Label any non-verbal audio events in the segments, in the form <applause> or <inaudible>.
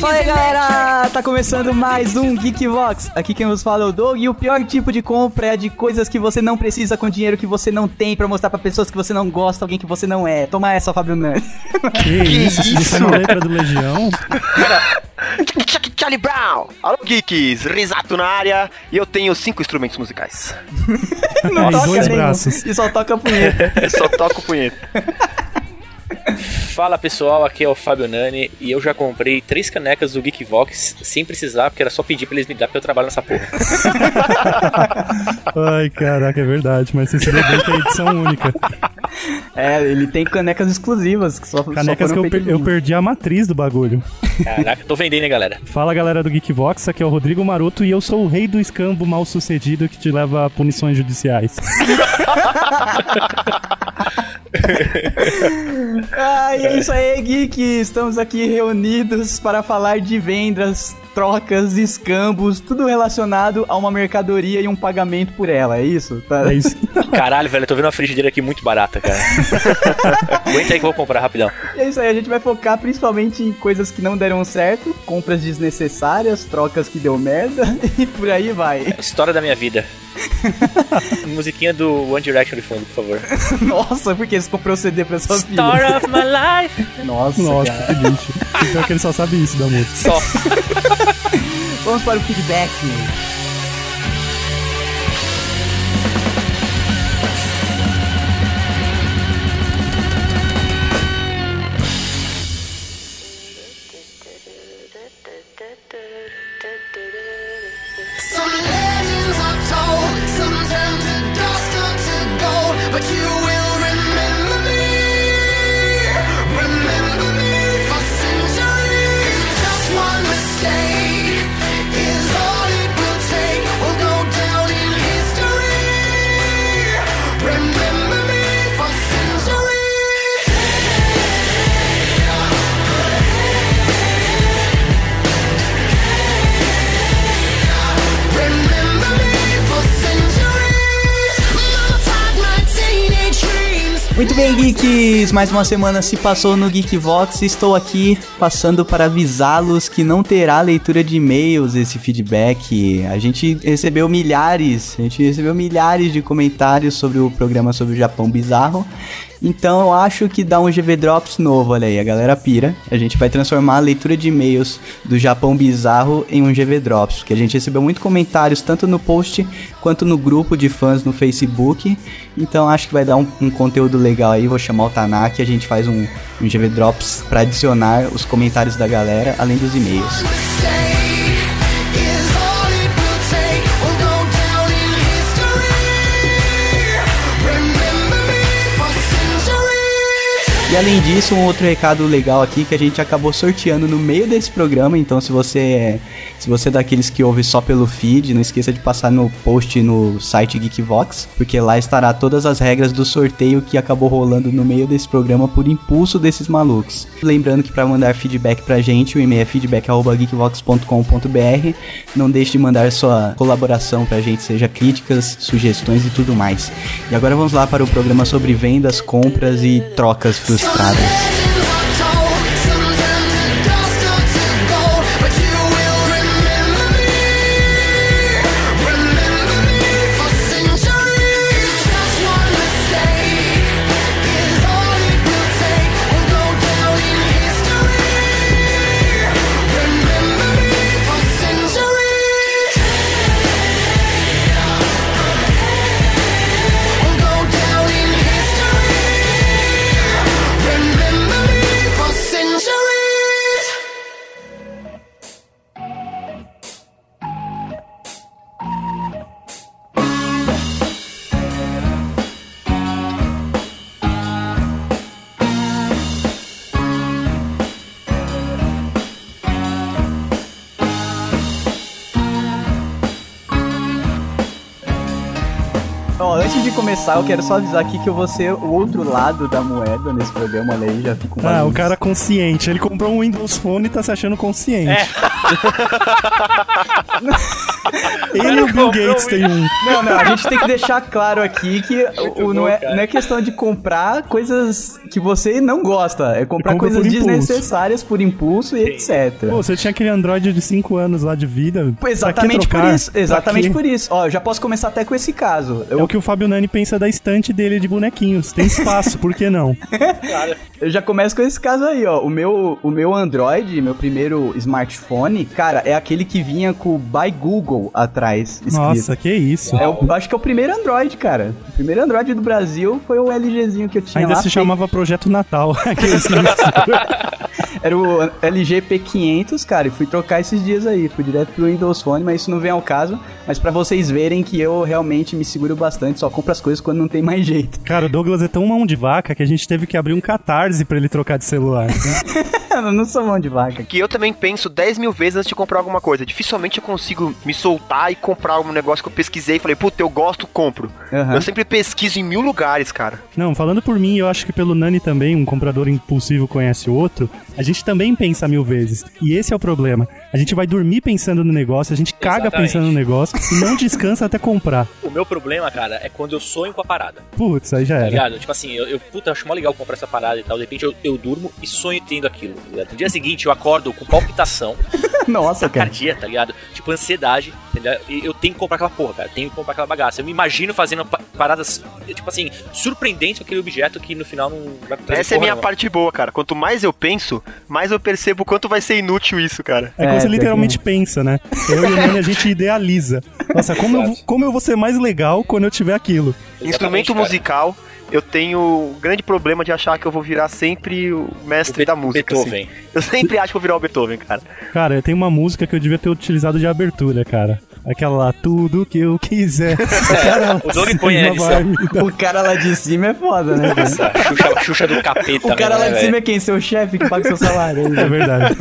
Fala aí, galera! Tá começando mais um Geekbox. Aqui quem nos fala é o Doug e o pior tipo de compra é a de coisas que você não precisa com dinheiro que você não tem pra mostrar pra pessoas que você não gosta, alguém que você não é. Toma essa, Fábio <laughs> Nunes. Que, isso? Você não lembra do Legião? Charlie Brown! Alô, geeks! Risato na área e eu tenho cinco instrumentos musicais. Não Os É, dois braços. E só toca <laughs> punheta. Eu só toco <laughs> punheta. Fala pessoal, aqui é o Fábio Nani e eu já comprei três canecas do Geekvox sem precisar, porque era só pedir pra eles me dar porque eu trabalho nessa porra. Ai, caraca, é verdade, mas você se deu bem que é edição única. É, ele tem canecas exclusivas que só Canecas só que foram eu, per- feitas eu de mim. perdi a matriz do bagulho. Caraca, tô vendendo, hein, galera. Fala galera do Geekvox, aqui é o Rodrigo Maroto e eu sou o rei do escambo mal sucedido que te leva a punições judiciais. Ah, e é isso aí, Geek! Estamos aqui reunidos para falar de vendas, trocas, escambos, tudo relacionado a uma mercadoria e um pagamento por ela, é isso? Tá? É isso. Caralho, velho, eu tô vendo uma frigideira aqui muito barata, cara. Aguenta aí que eu vou comprar rapidão. É isso aí, a gente vai focar principalmente em coisas que não deram certo, compras desnecessárias, trocas que deu merda <laughs> e por aí vai. <laughs> História da minha vida. Musiquinha do One Direction de fundo, por favor. Nossa, por que você comprou o CD pra sua filha? of my life. <laughs> Nossa, <laughs> Nossa, cara. que lixo. Então que ele só sabe isso da música. Só. Vamos para o feedback. Some legends are told, some turn to dust or to gold, but you will remember me. Remember me for centuries. Just one mistake is all it will take. We'll go down in history. Remember me for centuries. Remember me for centuries. Mummified my teenage dreams. Muito bem, geeks! Mais uma semana se passou no Geekvox e estou aqui passando para avisá-los que não terá leitura de e-mails esse feedback. A gente recebeu milhares, a gente recebeu milhares de comentários sobre o programa sobre o Japão Bizarro. Então eu acho que dá um GV Drops novo, olha aí, a galera pira. A gente vai transformar a leitura de e-mails do Japão Bizarro em um GV Drops, porque a gente recebeu muito comentários tanto no post quanto no grupo de fãs no Facebook. Então acho que vai dar um, um conteúdo legal aí. Vou chamar o Tanaka e a gente faz um, um GV Drops pra adicionar os comentários da galera, além dos e-mails. mistake is all it will take. We'll go down in history. Remember me for centuries. E além disso, um outro recado legal aqui que a gente acabou sorteando no meio desse programa, então se você é, se você é daqueles que ouve só pelo feed, não esqueça de passar no post no site Geekvox, porque lá estará todas as regras do sorteio que acabou rolando no meio desse programa por impulso desses malucos. Lembrando que para mandar feedback pra gente, o e-mail é feedback@geekvox.com.br. Não deixe de mandar sua colaboração pra gente, seja críticas, sugestões e tudo mais. E agora vamos lá para o programa sobre vendas, compras e trocas frustradas. Legends are told, some turn to dust or to gold, but you will remember me. Remember me for centuries. Just one mistake is all it will take. We'll go down in history. Remember me for centuries. We'll go down in history. Remember antes de começar, eu quero só avisar aqui que eu vou ser o outro lado da moeda nesse programa, olha aí, já fico um Ah, o balanço. cara consciente. Ele comprou um Windows Phone e tá se achando consciente. <laughs> Ele e o Bill comprou Gates um- tem um. Não, não, a gente tem que deixar claro aqui <laughs> que o, bom, não, é, cara. não é questão de comprar coisas que você não gosta, é comprar Compra por coisas impulso. desnecessárias por impulso e etc. Pô, você tinha aquele Android de 5 anos lá de vida. Pô, Exatamente pra que por trocar? isso, Pra exatamente quê? por isso. Ó, eu já posso começar até com esse caso. É o Eu, que o Fábio Nani pensa da estante dele de bonequinhos. Tem espaço, por <laughs> que não? eu já começo com esse caso aí, ó. O meu, o meu Android, meu primeiro smartphone, cara, é aquele que vinha com o By Google atrás escrito. Nossa, que isso. É o- acho que é o primeiro Android, cara. O primeiro Android do Brasil foi o LGzinho que eu tinha Ainda lá. se chamava Projeto Natal. <laughs> assim, né? Aqueles que <laughs> misturam. Era o LG P500, cara, e fui trocar esses dias aí. Fui direto pro Windows Phone, mas isso não vem ao caso. Mas pra vocês verem que eu realmente me seguro bastante, só compro as coisas quando não tem mais jeito. <laughs> Cara, o Douglas é tão mão de vaca que a gente teve que abrir um catarse pra ele trocar de celular. né? <laughs> eu não sou mão de <laughs> vaca. Que eu também penso 10 mil vezes antes de comprar alguma coisa. Dificilmente eu consigo me soltar e comprar algum negócio que eu pesquisei e falei, puta, eu gosto, compro. Aham. Eu sempre pesquiso em mil lugares, cara. Não, falando por mim, eu acho que pelo Nani também, um comprador impulsivo conhece o outro, a gente também pensa mil vezes. E esse é o problema. A gente vai dormir pensando no negócio, a gente caga Exatamente. pensando no negócio e não descansa até comprar. O meu problema, cara, é quando eu sonho com a parada, Putz, aí já tá era. ligado? Tipo assim, eu, eu puta, eu acho mó legal comprar essa parada e tal. De repente eu, eu durmo e sonho tendo aquilo, tá ligado? No dia seguinte eu acordo com palpitação, Nossa, cara. cardíaca, tá ligado? Tipo ansiedade, tá ligado? E eu tenho que comprar aquela porra, cara. Tenho que comprar aquela bagaça. Eu me imagino fazendo pa- paradas, tipo assim, surpreendentes com aquele objeto que no final não vai trazer Essa é a porra minha nenhuma. parte boa, cara. Quanto mais eu penso, mais eu percebo o quanto vai ser inútil isso, cara. É como É, você pior literalmente pensa, né? Eu e o Nani, a gente idealiza. Nossa, como eu, vou- como eu vou ser mais legal quando eu tiver aquilo? Exatamente, Instrumento cara. musical, eu tenho um grande problema de achar que eu vou virar sempre o O mestre Be- da música. assim. Beethoven. Eu sempre acho que eu vou virar o Beethoven, cara. Cara, tem uma música que eu devia ter utilizado de abertura, cara. Aquela lá, tudo que eu <laughs> quiser. É, Cara, o Doug põe aí na uma edição. barba. O cara lá de cima é foda, né? <laughs> cara? Essa Xuxa, Xuxa do capeta, <laughs> O cara lá mesmo, né, de velho? cima é quem? Seu chefe que paga seu salário. É verdade.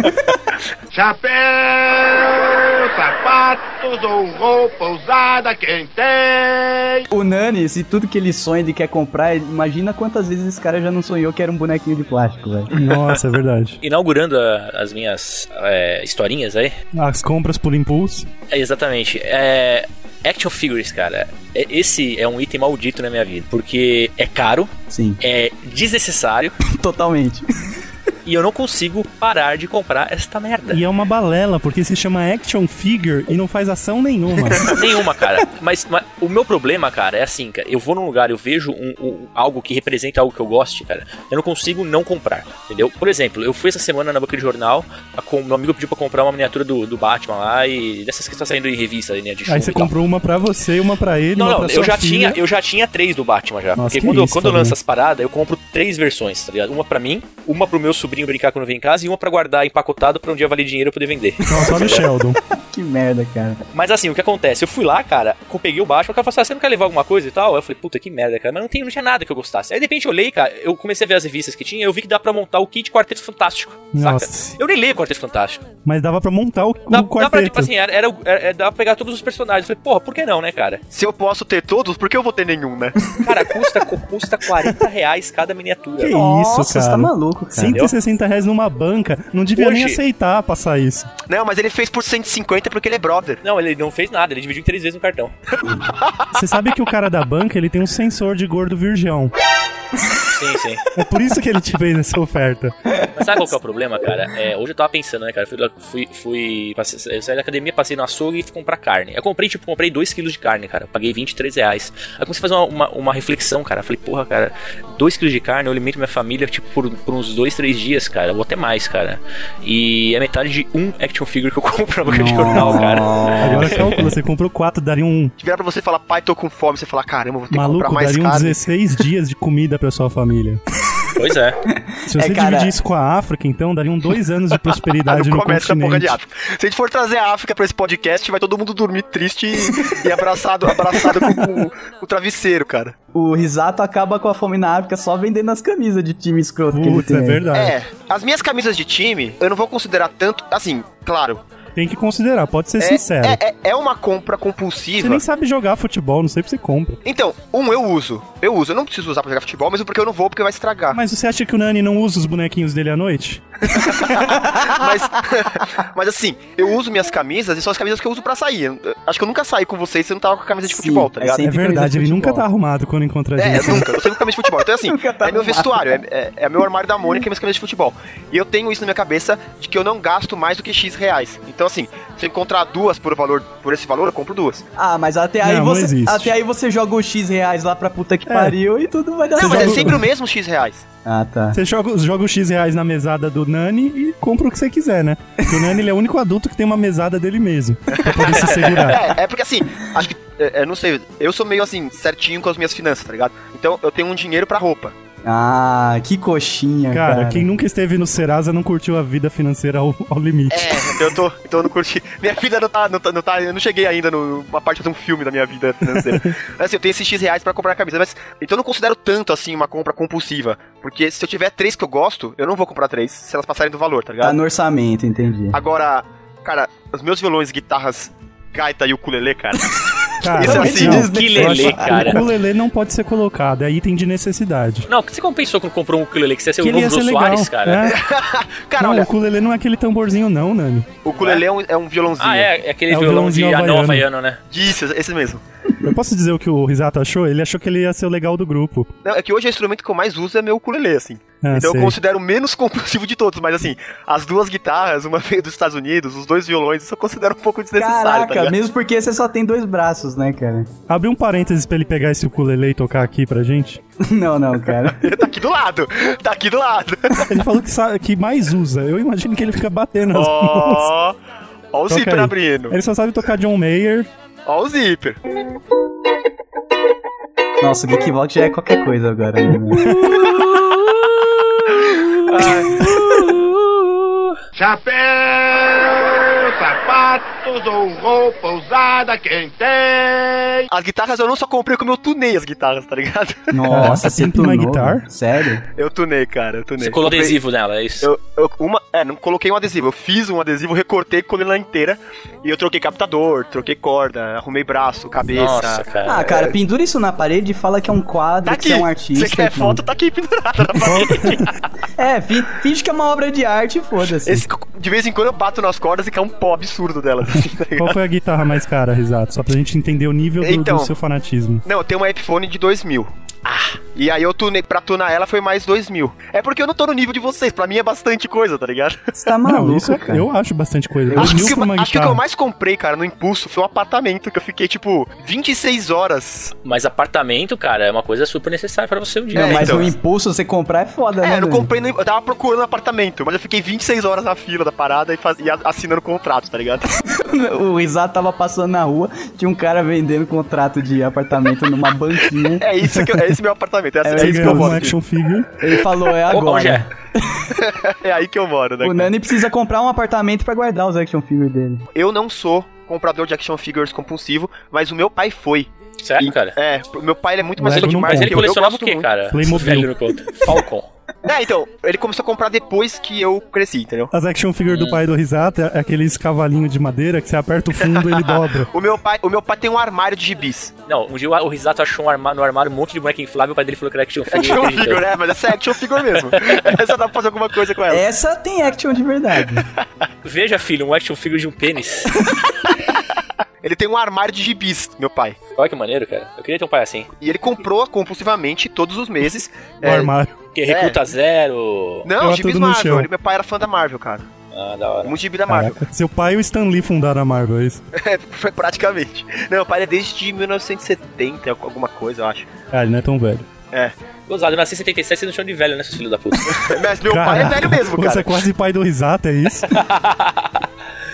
Chapéu, sapatos ou roupa usada, quem tem? O Nani, se tudo que ele sonha ele quer comprar, imagina quantas vezes esse cara já não sonhou que era um bonequinho de plástico, velho. Nossa, é verdade. Inaugurando a- as minhas é, historinhas aí. As compras por impulso. É, exatamente. É, action figures, cara. É- esse é um item maldito na minha vida. Porque é caro, Sim, é desnecessário totalmente. e eu não consigo parar de comprar esta merda. E é uma balela, porque se chama action figure e não faz ação <laughs> nenhuma. Nenhuma, cara. Mas, mas o meu problema, cara, é assim, cara. Eu vou num lugar, eu vejo um- um- algo que representa algo que eu goste, cara. Eu não consigo não comprar, entendeu? Por exemplo, eu fui essa semana na banca de jornal, a, com, meu amigo pediu pra comprar uma miniatura do, do Batman lá e dessas que estão saindo em revista, né, de chumbo Aí e você tal. comprou uma pra você, uma pra ele, Não, uma não, pra eu sua já, filha. tinha, eu já tinha três do Batman já. Nossa, porque que quando, isso, quando eu Fabinho. lanço as paradas, eu compro três versões, tá ligado? Uma pra mim, uma pro meu sobrinho brincar quando vem em casa e uma pra guardar empacotado pra um dia valer dinheiro eu poder vender. Não, só do Sheldon. Que merda, cara. Mas assim, o que acontece? Eu fui lá, cara, eu peguei o Batman, o cara falou assim, ah, você não quer levar alguma coisa e tal? Aí Eu falei, puta, que merda, cara, mas não, tem, não tinha nada que eu gostasse. Aí de repente eu olhei, cara, eu comecei a ver as revistas que tinha, eu vi que dá pra montar o kit Quarteto Fantástico, Nossa. saca? Eu nem leio Quarteto Fantástico. Mas dava pra montar o, Dá, o dá pra, tipo quarteto. assim, era, era, o- era- era- dava pra pegar todos os personagens. Eu falei, porra, por que não, né, cara? Se eu posso ter todos, por que eu vou ter <laughs> nenhum, né? Cara, custa, <laughs> cu- custa 40 reais cada miniatura. Que Nossa, isso, cara. você tá maluco, cara. 160 reais numa banca. Não devia nem Hoje- aceitar passar isso. Não, mas ele fez por 150 porque ele é brother. Não, ele não fez nada, ele dividiu em três vezes no cartão. Você sabe que o cara da banca, ele tem um sensor de gordo virgão. Sim, sim. É por isso que ele te fez essa oferta. Mas sabe qual que é o problema, cara? É, hoje eu tava pensando, né, cara? Fui, lá- fui, fui passei- eu saí da academia, passei no açougue e fui comprar carne. Eu comprei, tipo, comprei 2kg de carne, cara. Paguei 23 reais. Aí comecei a fazer uma, uma, uma reflexão, cara. Falei, porra, cara, 2kg de carne, eu alimento minha família, tipo, por, por uns 2, 3 dias, cara. Ou até mais, cara. E é metade de um action figure que eu compro no de jornal, cara. Agora calcula, você comprou quatro, daria um... Se virar pra você e falar, pai, tô com fome, você falar, caramba, vou ter que Maluco, comprar mais daria um caro. uns 16 dias de comida pra sua família. Pois é. Se É, você cara- dividir isso com a África, então, dariam dois anos de Ah, <laughs> prosperidade não no começa essa continente. porra de África. Se a gente for trazer a África pra esse podcast, vai todo mundo dormir triste e, e abraçado, abraçado com, com o travesseiro, cara. <laughs> O Risato acaba com a fome na África só vendendo as camisas de time escroto que ele Putz, tem. é verdade. É, as minhas camisas de time, eu não vou considerar tanto. Assim, claro, Tem que considerar, pode ser sincero. É, é, é uma compra compulsiva. Você nem sabe jogar futebol, não sei se você compra. Então, um eu uso. Eu uso. Eu não preciso usar pra jogar futebol, mesmo porque eu não vou, porque vai estragar. Mas você acha que o Nani não usa os bonequinhos dele à noite? <laughs> Mas, mas assim, eu uso minhas camisas e são as camisas que eu uso pra sair. Eu- Acho que eu nunca saí com vocês se eu não tava com a camisa de Sim, futebol, tá é ligado? É Sempre camisa de verdade, ele nunca futebol. tá arrumado quando encontra a É, gente. eu nunca, eu sempre com camisa de <laughs> futebol. Então, assim, Nunca tá é meu arrumado. vestuário, é, é, é meu armário da Mônica e minhas camisas de futebol. E eu tenho isso na minha cabeça de que eu não gasto mais do que X reais. Então, assim, se eu encontrar duas por, valor, por esse valor, eu compro duas. Ah, mas até aí, Não, não você, existe. até aí você joga os X reais lá pra puta que É. pariu e tudo vai dar Não, Você mas é joga- sempre o mesmo X reais. Ah, tá. Você joga, joga os X reais na mesada do Nani e compra o que você quiser, né? Porque o Nani ele é o único adulto que tem uma mesada dele mesmo. Pra poder se <laughs> segurar. É, é porque assim, acho que, é, é, não sei, eu sou meio assim, certinho com as minhas finanças, tá ligado? Então, eu tenho um dinheiro pra roupa. Ah, que coxinha, cara. Cara, quem nunca esteve no Serasa não curtiu a vida financeira ao, ao limite. É, eu tô, então eu não curti. Minha vida não tá, não tá, não tá eu não cheguei ainda no- numa parte de um filme da minha vida financeira. mas assim, eu tenho esses X reais pra comprar a camisa, mas então eu não considero tanto assim uma compra compulsiva, porque se eu tiver três que eu gosto, eu não vou comprar três se elas passarem do valor, tá ligado? Tá no orçamento, entendi. Agora, cara, os meus violões, guitarras, gaita e ukulele, cara. Cara, Isso é assim, não, Disney. um Que eu acho lelê, que é O cara. ukulele não pode ser colocado, é item de necessidade. Não, que você compensou quando comprou um ukulele que você ia ser que o ele novo ia ser Jô legal. Soares, cara? né? Cara, não, o olha, ukulele não é aquele tamborzinho não, Nani. o ukulele é um, é um violãozinho. Ah, é, é aquele É o violão de violãozinho anão havaiano. havaiano, né? Isso, é esse mesmo. Eu posso dizer o que o Risato achou? Ele achou que ele ia ser o legal do grupo. Não, é que hoje o instrumento que eu mais uso é meu ukulele, assim. Ah, então sei. eu considero o menos <laughs> compulsivo de todos, mas assim, as duas guitarras, uma veio dos Estados Unidos, os dois violões, isso eu considero um pouco desnecessário, tá Caraca, ligado? mesmo porque você só tem dois braços, né, cara? <laughs> Abre um parênteses pra ele pegar esse ukulele e tocar aqui pra gente. Não, não, cara. <laughs> Tá aqui do lado, tá aqui do lado. Ele falou que, sa- que mais usa. Eu imagino que ele fica batendo as mãos. Ó, ó <laughs> o Toca zíper aí. abrindo, Ele só sabe tocar John Mayer. ó o zíper. Nossa, o Geekbox já é qualquer coisa agora, né? meu? Chapéu, sapatos ou roupa usada, quem tem? As guitarras eu não só comprei como eu tunei as guitarras, tá ligado? <laughs> Nossa, Caraca, você sempre uma tunou? guitarra? Sério? Eu tunei, cara, eu tunei. Você colou Comprei- adesivo nela, é isso? Eu, eu- uma, é, não coloquei um adesivo, eu fiz um adesivo, recortei, colei ela inteira e eu troquei captador, troquei corda, arrumei braço, cabeça. Nossa, cara. Ah, cara, pendura isso na parede e fala que é um quadro, Tá que aqui. você é um artista. Você quer que- foto? Tá aqui pendurada na <laughs> parede. É, fi- finge que é uma obra de arte e foda-se. Esse- de vez em quando eu bato nas cordas e cai um pó absurdo delas. assim, tá <laughs> ligado? Qual foi a guitarra mais cara, Risato? Só pra gente entender o nível do, do Então. seu fanatismo. Não, eu tenho uma Epiphone de 2000. Ah, e aí eu tunei, pra tunar ela foi mais 2000. É porque eu não tô no nível de vocês, pra mim é bastante coisa, tá ligado? Você tá maluco, não, isso é- cara. eu acho bastante coisa. acho, que, Mil o que- pra uma acho que é o que guitarra. eu mais comprei, cara, no impulso foi um apartamento que eu fiquei, tipo, 26 horas. Mas apartamento, cara, é uma coisa super necessária pra você um dia. Não, É, mas então. o impulso você comprar é Tá foda, né? É, eu não velho? comprei, no, eu tava procurando um apartamento, mas eu fiquei 26 horas na fila da parada e, faz- e a- assinando contrato, tá ligado? <laughs> O Risato tava passando na rua, tinha um cara vendendo contrato de apartamento numa banquinha. É isso que eu- é esse meu apartamento, é, Você é isso que ganhou eu um moro. action figure. Ele falou, é Opa, agora. onde é? <laughs> É aí que eu moro, né? O cara? Nani precisa comprar um apartamento pra guardar os action figures dele. Eu não sou comprador de action figures compulsivo, mas o meu pai foi. Sério, E- cara? É, o meu pai ele é muito O mais Lego fã de não Marvel Mas ele que eu, eu colecionava o gosto quê, muito. cara? Playmobil. Velho <laughs> no conto. Falcon. É, então, ele começou a comprar depois que eu cresci, entendeu? As action figure do pai do Risato é aqueles cavalinhos de madeira que você aperta o fundo e ele dobra. O meu pai, o meu pai tem um armário de <laughs> gibis. Não, um dia o Risato achou um arma- no armário um monte de boneca inflável, o pai dele falou que era action É <laughs> figure. action ele acreditou. figure, né? Mas essa é action figure <laughs> mesmo. Essa dá pra fazer alguma coisa com ela. Essa tem action de verdade. Veja, filho, um action figure de um pênis. Ele tem um armário de gibis, meu pai. Olha que maneiro, cara. Eu queria ter um pai assim. E ele comprou compulsivamente todos os meses. O <laughs> É, armário. Que recruta zero. Não, Tava gibis tudo no Marvel. chão. Ele- meu pai era fã da Marvel, cara. Ah, da hora. Muito gibi da Marvel. Caraca, Seu pai e o Stan Lee fundaram a Marvel, é isso? <laughs> É, foi praticamente. Não, meu pai ele é desde 1970, alguma coisa, eu acho. Ah, ele não é tão velho. Gozado, eu nasci em 77 você não chama de velho, né, seus filhos da <laughs> puta? Mas meu pai é Caraca, velho mesmo, <laughs> cara. Você é quase pai do Risato, é <laughs> isso?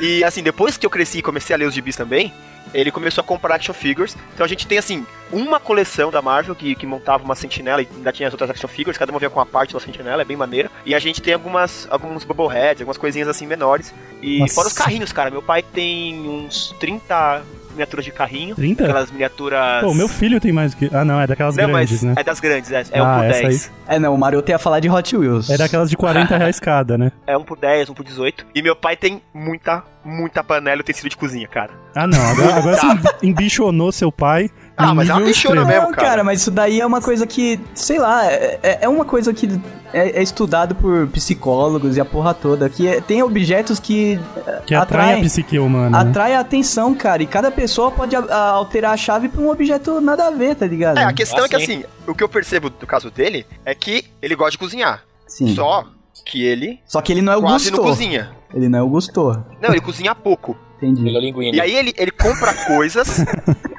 E assim, depois que eu cresci e comecei a ler os gibis também, ele começou a comprar action figures. Então a gente tem assim, uma coleção da Marvel que, que montava uma sentinela e ainda tinha as outras action figures, cada uma vinha com uma parte da sentinela, é bem maneira. E a gente tem algumas alguns bubbleheads, algumas coisinhas assim menores. E Nossa. fora os carrinhos, cara, meu pai tem uns 30 miniaturas de carrinho. 30? Aquelas miniaturas. Pô, o meu filho tem mais do que. Ah, não, é daquelas Não, grandes, mas né? é das grandes, é. É Ah, um por essa 10. É, não, o Maroto ia falar de Hot Wheels. É daquelas de 40 reais cada, né? É um por 10, um por 18. E meu pai tem muita, muita panela e utensílio de cozinha, cara. Ah, não. Agora, agora você embichonou seu pai. Ah, no mas é uma nível bichona extremo. mesmo. Não, cara, cara, mas isso daí é uma coisa que, sei lá, é, é- é uma coisa que é, é estudado por psicólogos e a porra toda, que é- tem objetos que, é, Que atrai, a psique Uhum. humana. né? atrai a atenção, cara, e cada pessoa pode a- a- alterar a chave pra um objeto nada a ver, tá ligado? É, a questão é que Assim. assim, o que eu percebo do caso dele é que ele gosta de cozinhar. Sim. Só... Só que ele que ele não é o quase não Gustor. cozinha. Ele não é o Gustor. Não, ele cozinha pouco. Entendi. Melhor né? linguine. E aí ele, ele compra coisas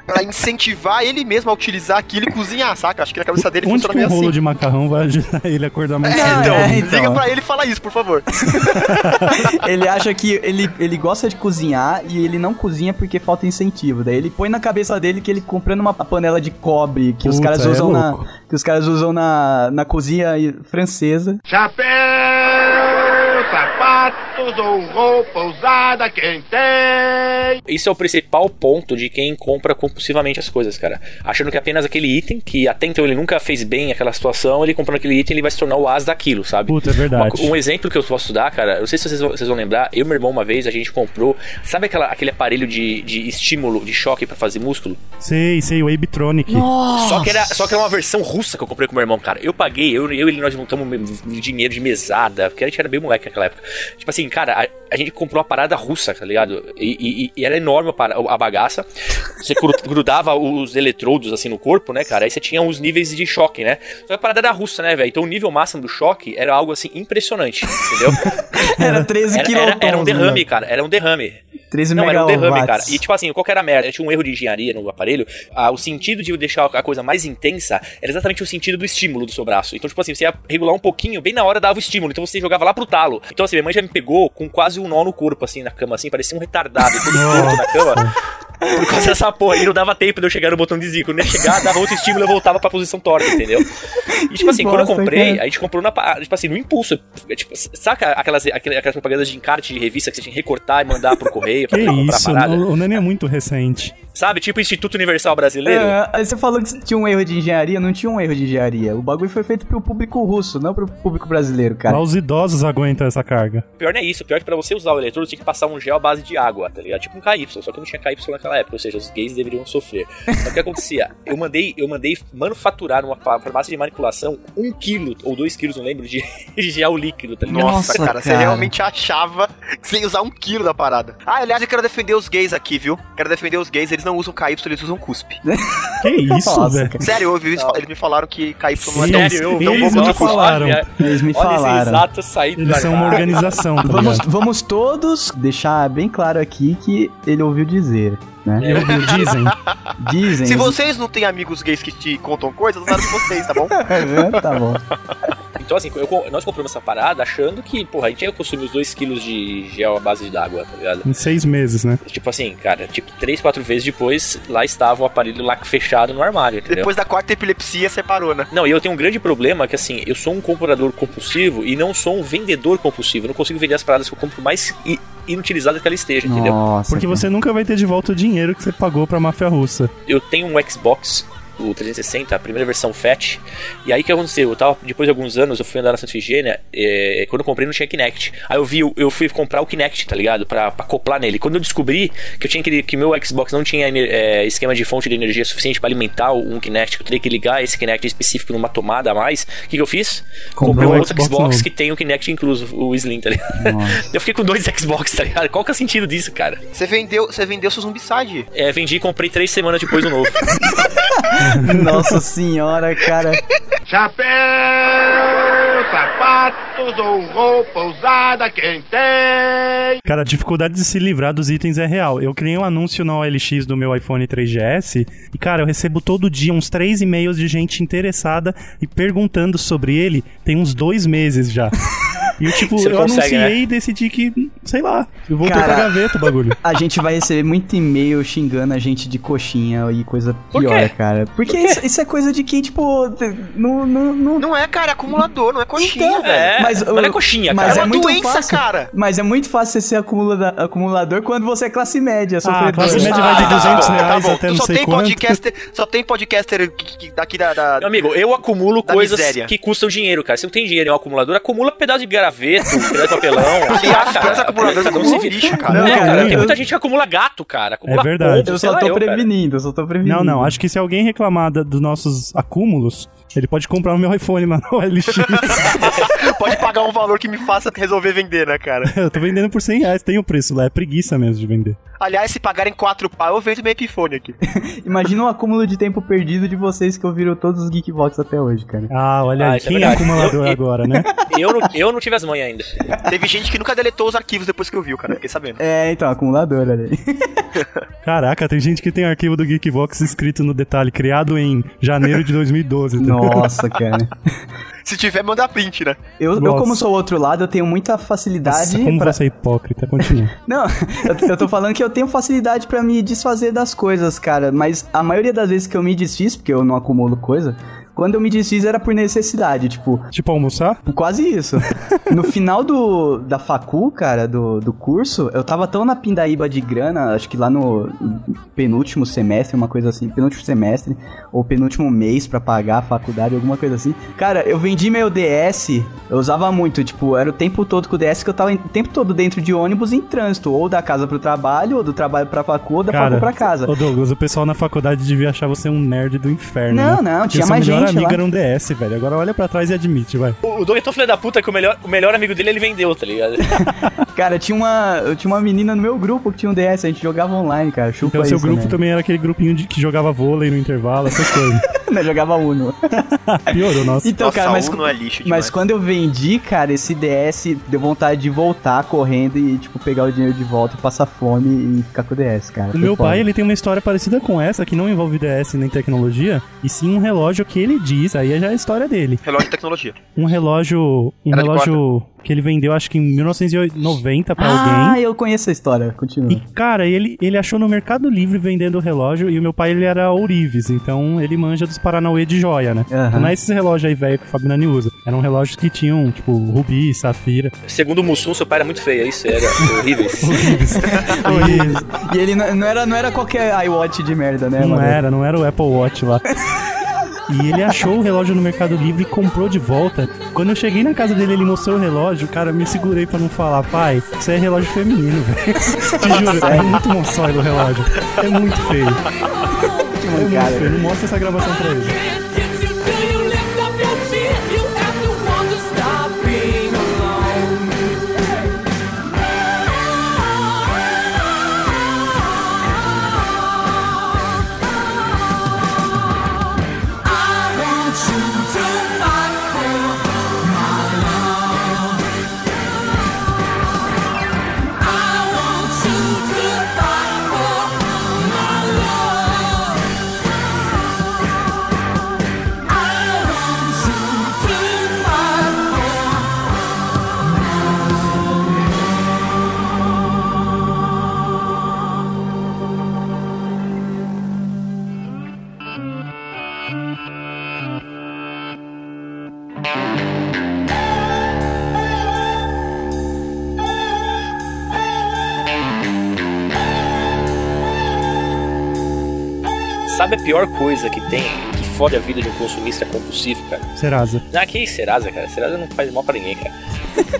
pra incentivar ele mesmo a utilizar aquilo e cozinhar, saca? Acho que na cabeça dele Onde funciona que um meio rolo assim. de macarrão vai ajudar ele a acordar mais É, cedo? então, É, então. liga pra ele e fala isso, por favor. <laughs> ele acha que ele, ele gosta de cozinhar e ele não cozinha porque falta incentivo. Daí ele põe na cabeça dele que ele comprando uma panela de cobre que os Puta, caras é usam na louco. que os caras usam na, na cozinha e- francesa. <laughs> Chapéu, sapatos ou roupa usada, quem tem? Isso é o principal ponto de quem compra compulsivamente as coisas, cara. Achando que apenas aquele item, que até então ele nunca fez bem aquela situação, ele comprando aquele item, ele vai se tornar o as daquilo, sabe? Puta, é verdade. Uma co- um exemplo que eu posso dar, cara, eu não sei se vocês vão, vocês vão lembrar, eu e meu irmão uma vez a gente comprou, sabe aquela- aquele aparelho de, de estímulo, de choque pra fazer músculo? Sei, sei, o Abitronic. Só que, era, só que era uma versão russa que eu comprei com meu irmão, cara. Eu paguei, eu, eu e ele nós juntamos me- dinheiro de mesada, porque a gente era bem moleque naquela época. Tipo assim, cara, a, a gente comprou uma parada russa, tá ligado? E, e- e era enorme a, para- a bagaça. Você gru- <laughs> grudava os eletrodos assim no corpo, né, cara? Aí você tinha uns níveis de choque, né? Só que a parada era russa, né, velho? Então o nível máximo do choque era algo assim impressionante, entendeu? Era 13 Era, era, quilotons. era um derrame, né? cara. Era um derrame. 13 Não, era um derrame, cara. megawatts. E tipo assim, qualquer merda, tinha um erro de engenharia no aparelho. Ah, o sentido de deixar a coisa mais intensa era exatamente o sentido do estímulo do seu braço. Então, tipo assim, você ia regular um pouquinho, bem na hora dava o estímulo. Então você jogava lá pro talo. Então, assim, minha mãe já me pegou com quase um nó no corpo, assim, na cama, assim, parecia um retardado, todo torto na cama. Por causa dessa porra, e não dava tempo de eu chegar no botão de zico. Quando eu ia chegar, dava outro estímulo e eu voltava pra posição torta, entendeu? E tipo Que assim, quando eu bosta, comprei, cara. a gente comprou na, pa- tipo assim, no impulso. É, Tipo, saca aquelas, aquele- aquelas propagandas de encarte de revista que você tinha que recortar e mandar pro correio pra <laughs> Que comprar isso, a parada? o, o Nani é muito recente. Sabe? Tipo Instituto Universal Brasileiro. É, aí você falou que tinha um erro de engenharia, não tinha um erro de engenharia. O bagulho foi feito pro público russo, não pro público brasileiro, cara. Lá os idosos aguentam essa carga. O pior não é isso. O pior é que pra você usar o eletrodo, você tinha que passar um gel à base de água, tá ligado? Tipo um KY, só que não tinha KY naquela época, ou seja, os gays deveriam sofrer. Mas o que acontecia? Eu mandei, eu mandei manufaturar numa fa- farmácia de manipulação um quilo ou dois quilos, não lembro, de <laughs> de gel líquido, tá ligado? Nossa, Nossa, cara, você cara. realmente achava que você ia usar um quilo da parada. Ah, aliás, eu quero defender os gays aqui, viu? Quero defender os gays, eles não usam KY, eles usam cuspe. Que isso, Nossa, velho. cara. Sério, eu ouvi isso, eles me falaram que KY não é Sim, tão sim. eu Eles não me gosto, falaram. olha- Eles me Olha esse falaram. exato saído Eles do são uma armário. organização, tá Vamos, ligado? vamos todos deixar bem claro aqui que ele ouviu dizer, né? Eu ouvi, dizem. Dizem. Se vocês não têm amigos gays que te contam coisas, nada de vocês, tá bom? <laughs> É, tá bom. Então, assim, eu co- nós compramos essa parada achando que, porra, a gente ia consumir os 2kg de gel à base d'água, tá ligado? Em seis meses, né? Tipo assim, cara, tipo, três, quatro vezes depois, lá estava o aparelho lá fechado no armário, entendeu? Depois da quarta epilepsia, você parou, né? Não, e eu tenho um grande problema que, assim, eu sou um comprador compulsivo e não sou um vendedor compulsivo. Eu não consigo vender as paradas que eu compro mais i- inutilizadas que ela esteja, entendeu? Nossa. Porque cara. você nunca vai ter de volta o dinheiro que você pagou pra máfia russa. Eu tenho um Xbox, o 360, a primeira versão FAT, e aí o que aconteceu? Eu tava, depois de alguns anos, eu fui andar na Santa Figênia, é, quando eu comprei não tinha Kinect. Aí eu vi, o- eu fui comprar o Kinect, tá ligado? Pra, pra acoplar nele. Quando eu descobri que eu tinha que, que meu Xbox não tinha ener- é, esquema de fonte de energia suficiente pra alimentar um Kinect, que eu teria que ligar esse Kinect específico numa tomada a mais, o que, que eu fiz? Comprou Comprei um um outro Xbox, Xbox novo. que tem o Kinect incluso, o Slim, tá ligado? Nossa. <laughs> Eu fiquei com dois Xbox, tá ligado? Qual que é o sentido disso, cara? Você vendeu, você vendeu seu zumbicide. É, vendi e comprei três semanas depois o novo. Nossa senhora, cara. Chapéu, sapatos ou roupa usada, quem tem? Cara, a dificuldade de se livrar dos itens é real. Eu criei um anúncio na OLX do meu iPhone 3GS e, cara, eu recebo todo dia uns três <laughs> e-mails de gente interessada e perguntando sobre ele tem uns dois meses já. E eu, tipo, Você eu consegue, né? anunciei e decidi que, sei lá, eu voltei Cara. pra gaveta o <laughs> bagulho. A gente vai receber muito e-mail xingando a gente de coxinha e coisa Por pior, quê? cara. Porque isso, isso é coisa de quem, tipo, te- não. não, não... Não é, cara, é acumulador, não é coxinha, Então, velho. É, Mas mas, o- não é coxinha, mas É cara. é uma muito doença, fácil. cara. Mas é muito fácil você ser acumula- acumulador quando você é classe média, Ah, a sofredor. classe média vai de tá 200 bom, reais bom. até Tu não só sei tem quanto. podcaster, só tem podcaster que- que- daqui da, da- Meu amigo, eu acumulo Da coisas miséria. que custam dinheiro, cara. Se não tem dinheiro em um acumulador, acumula pedaço de graveto, <laughs> pedaço de papelão. Aliás, os próprios acumuladores Não acumulam se vi- <laughs> lixo, É, cara. Não, cara, cara, tem eu- muita gente que acumula gato, cara. Acumula É verdade. pombo, Eu sei só lá tô cara. prevenindo, eu só tô prevenindo. Não, não, acho que se alguém reclamar da- dos nossos acúmulos, ele pode comprar o meu iPhone lá no <laughs> LX. <laughs> Pode pagar um valor que me faça resolver vender, né, cara? eu tô vendendo por 100 reais, tem o preço lá, é preguiça mesmo de vender. Aliás, se pagarem quatro pau, eu vendo meu Epiphone aqui. Imagina o acúmulo de tempo perdido de vocês que ouviram todos os Geekbox até hoje, cara. Ah, olha Ah, aí, isso é quem é, verdade. acumulador Eu- eu- agora, né? Eu não, eu não tive as mães ainda. Teve gente que nunca deletou os arquivos depois que eu vi, cara. Fiquei sabendo. É, então, acumulador ali. Caraca, tem gente que tem arquivo do Geekbox escrito no detalhe, criado em janeiro de 2012. entendeu? <laughs> Nossa, cara. Se tiver, manda print, né? Eu, eu, Nossa. como sou outro lado, eu tenho muita facilidade. Nossa, como pra... você é hipócrita, continua. Não, <laughs> eu, eu tô falando que eu tenho facilidade pra me desfazer das coisas, cara. Mas a maioria das vezes que eu me desfiz, porque eu não acumulo coisa, quando eu me desfiz era por necessidade, tipo, <laughs> tipo, almoçar? quase isso. No final do, da facu, cara, do, do curso, eu tava tão na pindaíba de grana, acho que lá no penúltimo semestre, uma coisa assim, penúltimo semestre, ou penúltimo mês pra pagar a faculdade, alguma coisa assim. Cara, eu vendi meu DS, eu usava muito, tipo, era o tempo todo com o DS que eu tava em- o tempo todo dentro de ônibus em trânsito, ou da casa pro trabalho, ou do trabalho pra facu, ou da Cara, facu pra casa. Ô Douglas, o pessoal na faculdade devia achar você um nerd do inferno. Não, né? não, Porque tinha sua mais melhor gente amiga lá. era um DS, velho. Agora olha pra trás e admite, vai. Então, O, o Doug é tão filho da puta que o melhor, o melhor amigo dele ele vendeu, tá ligado? Cara, tinha uma, eu tinha uma menina no meu grupo que tinha um DS, a gente jogava online, cara, chupa Então, seu isso, grupo né? <laughs> também era aquele grupinho de, que jogava vôlei no intervalo, essas coisas. Não, jogava Uno. Piorou, nossa. Então, Nossa, cara, mas, um não é lixo demais. mas quando eu vendi, cara, esse DS deu vontade de voltar correndo e, tipo, pegar o dinheiro de volta e passar fome e ficar com o DS, cara. O Foi meu foda. pai, ele tem uma história parecida com essa, que não envolve DS nem tecnologia, e sim um relógio que ele diz, aí já é a história dele. Relógio de tecnologia. Um relógio, um Era de relógio que ele vendeu acho que em 1990 pra Ah, é alguém. eu conheço a história. E Continua. cara, ele, ele achou no Mercado Livre vendendo o relógio e o meu pai ele era ourives, então ele manja dos Paranauê de joia, né? Aham. Não é esses relógios aí velho que o Fabiani usa. Eram relógios que tinham, tipo, rubi, safira. Segundo o Mussum, seu pai era muito feio, é isso? Era horrível. Ourives. E- E ele não, não era, não era qualquer iWatch de merda, né, Não mano? era, não era o Apple Watch lá. E ele achou o relógio no Mercado Livre e comprou de volta. Quando eu cheguei na casa dele, ele mostrou o relógio, cara, eu me segurei pra não falar, pai, isso é relógio feminino, <laughs> velho. Te juro, é muito monstro o relógio. É muito feio. Que É muito mancada. feio. Não mostra essa gravação pra ele. If you feel you lift up your chin, you have to want to stop being alone. I want you to fight for my love. I want you to fight for my love. Sabe a pior coisa que tem, que fode a vida de um consumista compulsivo, cara? Serasa. Ah, que Serasa, cara. Serasa não faz mal pra ninguém, cara.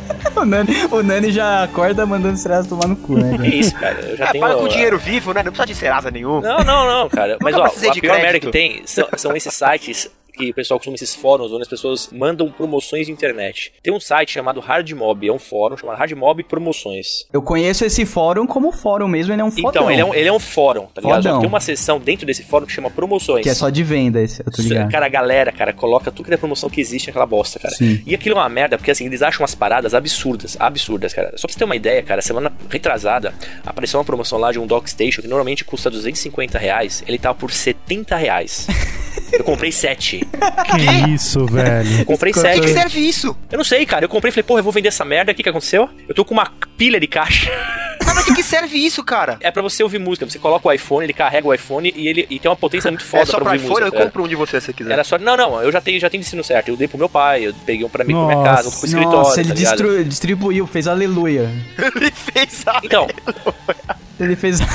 <laughs> O Nani, o Nani já acorda mandando Serasa tomar no cu, né? É cara? isso, cara. Eu já É, tenho. paga com ah, dinheiro vivo, né? Não precisa de serasa nenhum. Não, não, não, cara. Mas ó, precisei a de pior merda crédito. que tem são, são esses sites que o pessoal costuma esses fóruns onde as pessoas mandam promoções de internet. Tem um site chamado Hardmob, é um fórum chamado Hardmob Promoções. Eu conheço esse fórum como fórum mesmo, ele é um fórum. Então, ele é, um, ele é um fórum, tá ligado? Só Fodão. que Tem uma seção dentro desse fórum que chama promoções. Que é só de venda, esse, eu tô Isso, ligado. Cara, a galera, cara, coloca tudo que é promoção que existe naquela bosta, cara. Sim. E aquilo é uma merda, porque assim, eles acham umas paradas absurdas, absurdas, cara. Só pra você ter uma ideia, cara, semana retrasada, apareceu uma <laughs> promoção lá de um Dockstation que normalmente custa 250 reais, ele tava por 70 reais. Eu comprei sete. Que isso, velho. Eu comprei Pra sete. que que serve isso? Eu não sei, cara. Eu comprei e falei, porra, eu vou vender essa merda. O que, que aconteceu? Eu tô com uma pilha de caixa. <laughs> Mas pra que que serve isso, cara? É pra você ouvir música. Você coloca o iPhone, ele carrega o iPhone e ele e tem uma potência muito foda é só pra pra ouvir iPhone, eu música. É. compro um de você se você quiser. Era só. Não, não, eu já tenho, já tenho ensino certo. Eu dei pro meu pai, eu peguei um pra mim pra minha Nossa, casa, um pro escritório. Nossa, ele tá ligado? distru- distribuiu, fez aleluia. <laughs> Ele fez a... Então, Ele fez. <laughs>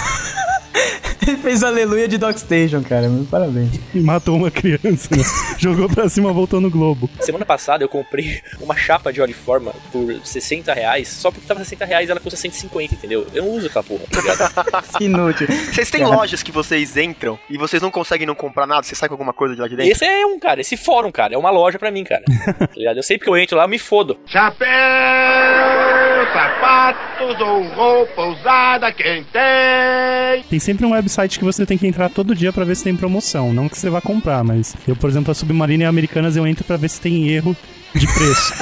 ele fez aleluia de Dockstation, cara. Meu Parabéns. Matou uma criança. né? Jogou pra cima, voltou no globo. semana passada eu comprei <laughs> uma chapa de oliforma por 60 reais, só porque tava 60 reais ela custa 150, entendeu? Eu não uso aquela porra, tá ligado? Que inútil. Vocês É. É. têm lojas que vocês entram e vocês não conseguem não comprar nada? Vocês saem com alguma coisa de lá de dentro? Esse é um, cara, esse fórum, cara, é uma loja pra mim, <laughs> cara. Tá ligado? Eu sempre que eu entro lá, eu me fodo. Chapéu, sapatos ou roupa usada, quem tem? Tem sempre um website que você tem que entrar todo dia pra ver se tem promoção. Não que você vá comprar, mas eu, por exemplo, a Submarina e a Americanas, eu entro pra ver se tem erro de preço.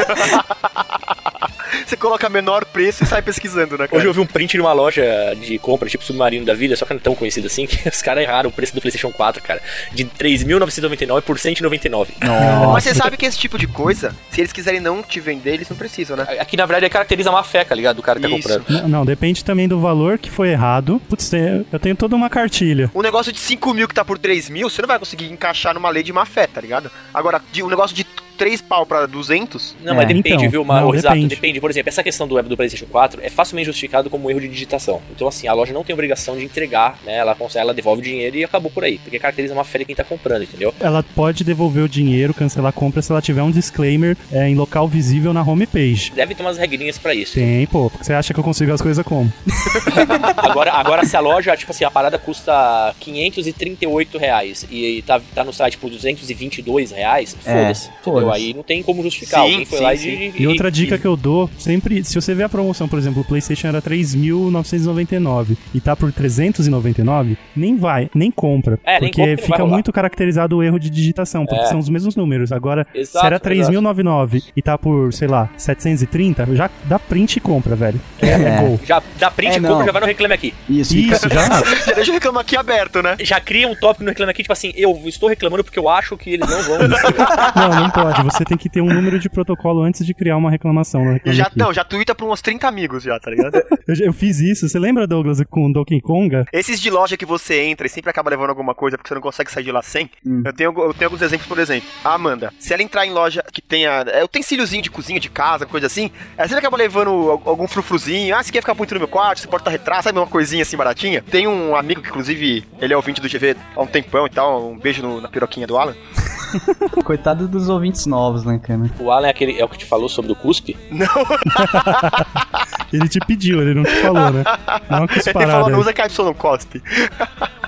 Você coloca menor preço e sai pesquisando, né, cara? Hoje eu vi um print de uma loja de compra, tipo Submarino da Vida, só que não é tão conhecido assim, <laughs> que os caras erraram o preço do PlayStation 4, cara. De 3.999 por 199. Mas então- você sabe que esse tipo de coisa, se eles quiserem não te vender, eles não precisam, né? Aqui, É na verdade, caracteriza a má fé, tá ligado? Do cara que tá Isso. comprando. não, não, depende também do valor que foi errado. Putz, tem- eu tenho toda uma cartilha. Um negócio de 5 mil que tá por 3 mil, você não vai conseguir encaixar numa lei de má fé, tá ligado? Agora, de um negócio de 3 pau pra <laughs> 200, Não, mas É, depende, então, viu, Mar? não, Ô, Risato, depende. depende. Por exemplo, essa questão do web do PlayStation 4 é facilmente justificado como erro de digitação. Então, assim, a loja não tem obrigação de entregar, né? Ela, consegue- ela devolve o dinheiro e acabou por aí. Porque caracteriza uma fé de quem tá comprando, entendeu? Ela pode devolver o dinheiro, cancelar a compra, se ela tiver um disclaimer é, em local visível na homepage. Deve ter umas regrinhas pra isso. Tem, pô. porque Você acha que eu consigo as coisas como? Agora, agora, se a loja, tipo assim, a parada custa 538 reais e tá, tá no site por 222 reais, É, foda-se. entendeu? foda-se. Aí não tem como justificar. Sim, Alguém foi sim, lá e- sim. e, E outra dica que eu dou, sempre, se você vê a promoção, por exemplo, o PlayStation era 3.999 e tá por 399, nem vai, nem compra, É, nem porque compra, não vai fica rolar. muito caracterizado o erro de digitação, porque É. são os mesmos números. Agora, Exato, se era exato. 3.099 e tá por, sei lá, 730, já dá print e compra, velho. É, gol. Já dá print É, e não. compra, já vai no reclame aqui. Isso, fica- Isso, já. <laughs> já deixa o reclamo aqui aberto, né? Já cria um tópico no reclame aqui, tipo assim, eu estou reclamando porque eu acho que eles não vão. <laughs> receber. Não, não pode. Você tem que ter um número de protocolo antes de criar uma reclamação. no Reclame Já, Aqui. não, já tuita pra uns 30 amigos já, tá ligado? Eu, já- eu fiz isso. Você lembra, Douglas, com o Donkey Konga? Esses de loja que você entra e sempre acaba levando alguma coisa porque você não consegue sair de lá sem. Eu, tenho, eu tenho alguns exemplos, por exemplo. A Amanda, se ela entrar em loja que tenha é, utensíliozinho de cozinha, de casa, coisa assim, ela sempre acaba levando al- algum frufruzinho. Ah, você quer ficar muito no meu quarto, você porta retrato, sabe uma coisinha assim baratinha? Tem um amigo que, inclusive, ele é ouvinte do GV há um tempão e tal. Um beijo no- na piroquinha do Alan. <laughs> Coitado dos ouvintes novos, né, cara? o Alan é, aquele, é o que te falou sobre o cuspe. Ele te pediu, ele não te falou, né? Dá uma Ele falou, cusparada. não usa KY, não cospe. <laughs>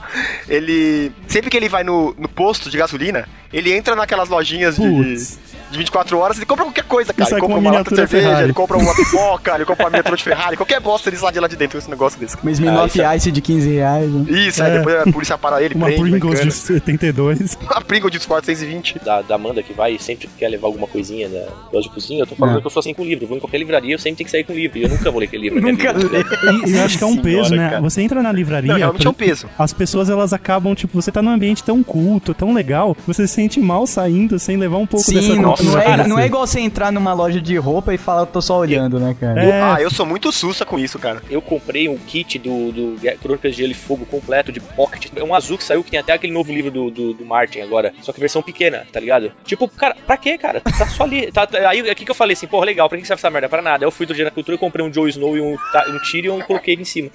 ele. Sempre que ele vai no, no posto de gasolina, ele entra naquelas lojinhas de, Putz. de 24 horas e compra qualquer coisa, cara. sai Ele com compra uma uma lata de miniatura cerveja, Ferrari. ele compra uma pipoca, ele compra uma miniatura de Ferrari, qualquer bosta ele sai de lá de dentro esse negócio desse. Mas Minoff isso Ice de 15 reais. Né? Isso, aí É. depois a polícia para <laughs> ele, Uma prende, Pringles bacana. de 72. <laughs> Uma Pringles de 420. da, da Amanda que vai e sempre quer levar alguma coisinha da loja de cozinha, eu tô falando É. que eu sou assim com livro. Eu vou em qualquer livraria, eu sempre tenho que sair com livro. E eu nunca vou ler aquele <laughs> livro. na minha <laughs> Nunca vida, tá ligado? E eu acho que é um Senhora, peso, né? cara. Você entra na livraria. Não, realmente é um por- peso. As pessoas elas acabam, tipo, você tá num ambiente tão culto, tão legal, você se sente mal saindo sem levar um pouco dessa Sim, não, cultura não pra é, você. não é igual você entrar numa loja de roupa e falar, eu tô só olhando, né, cara? É. Ah, eu sou muito sussa com isso, cara. Eu comprei um kit do, do é, Crônicas de Gelo e Fogo completo, de pocket. É um azul que saiu, que tem até aquele novo livro do, do, do Martin agora. Só que versão pequena, tá ligado? Tipo, cara, pra quê, cara? Tá só ali. Tá, tá- aí aqui que eu falei assim, porra, legal, pra que serve essa merda? Pra nada. Aí eu fui do dia na cultura, eu comprei um Joe Snow e um, Ta- um Tyrion e coloquei ele em cima.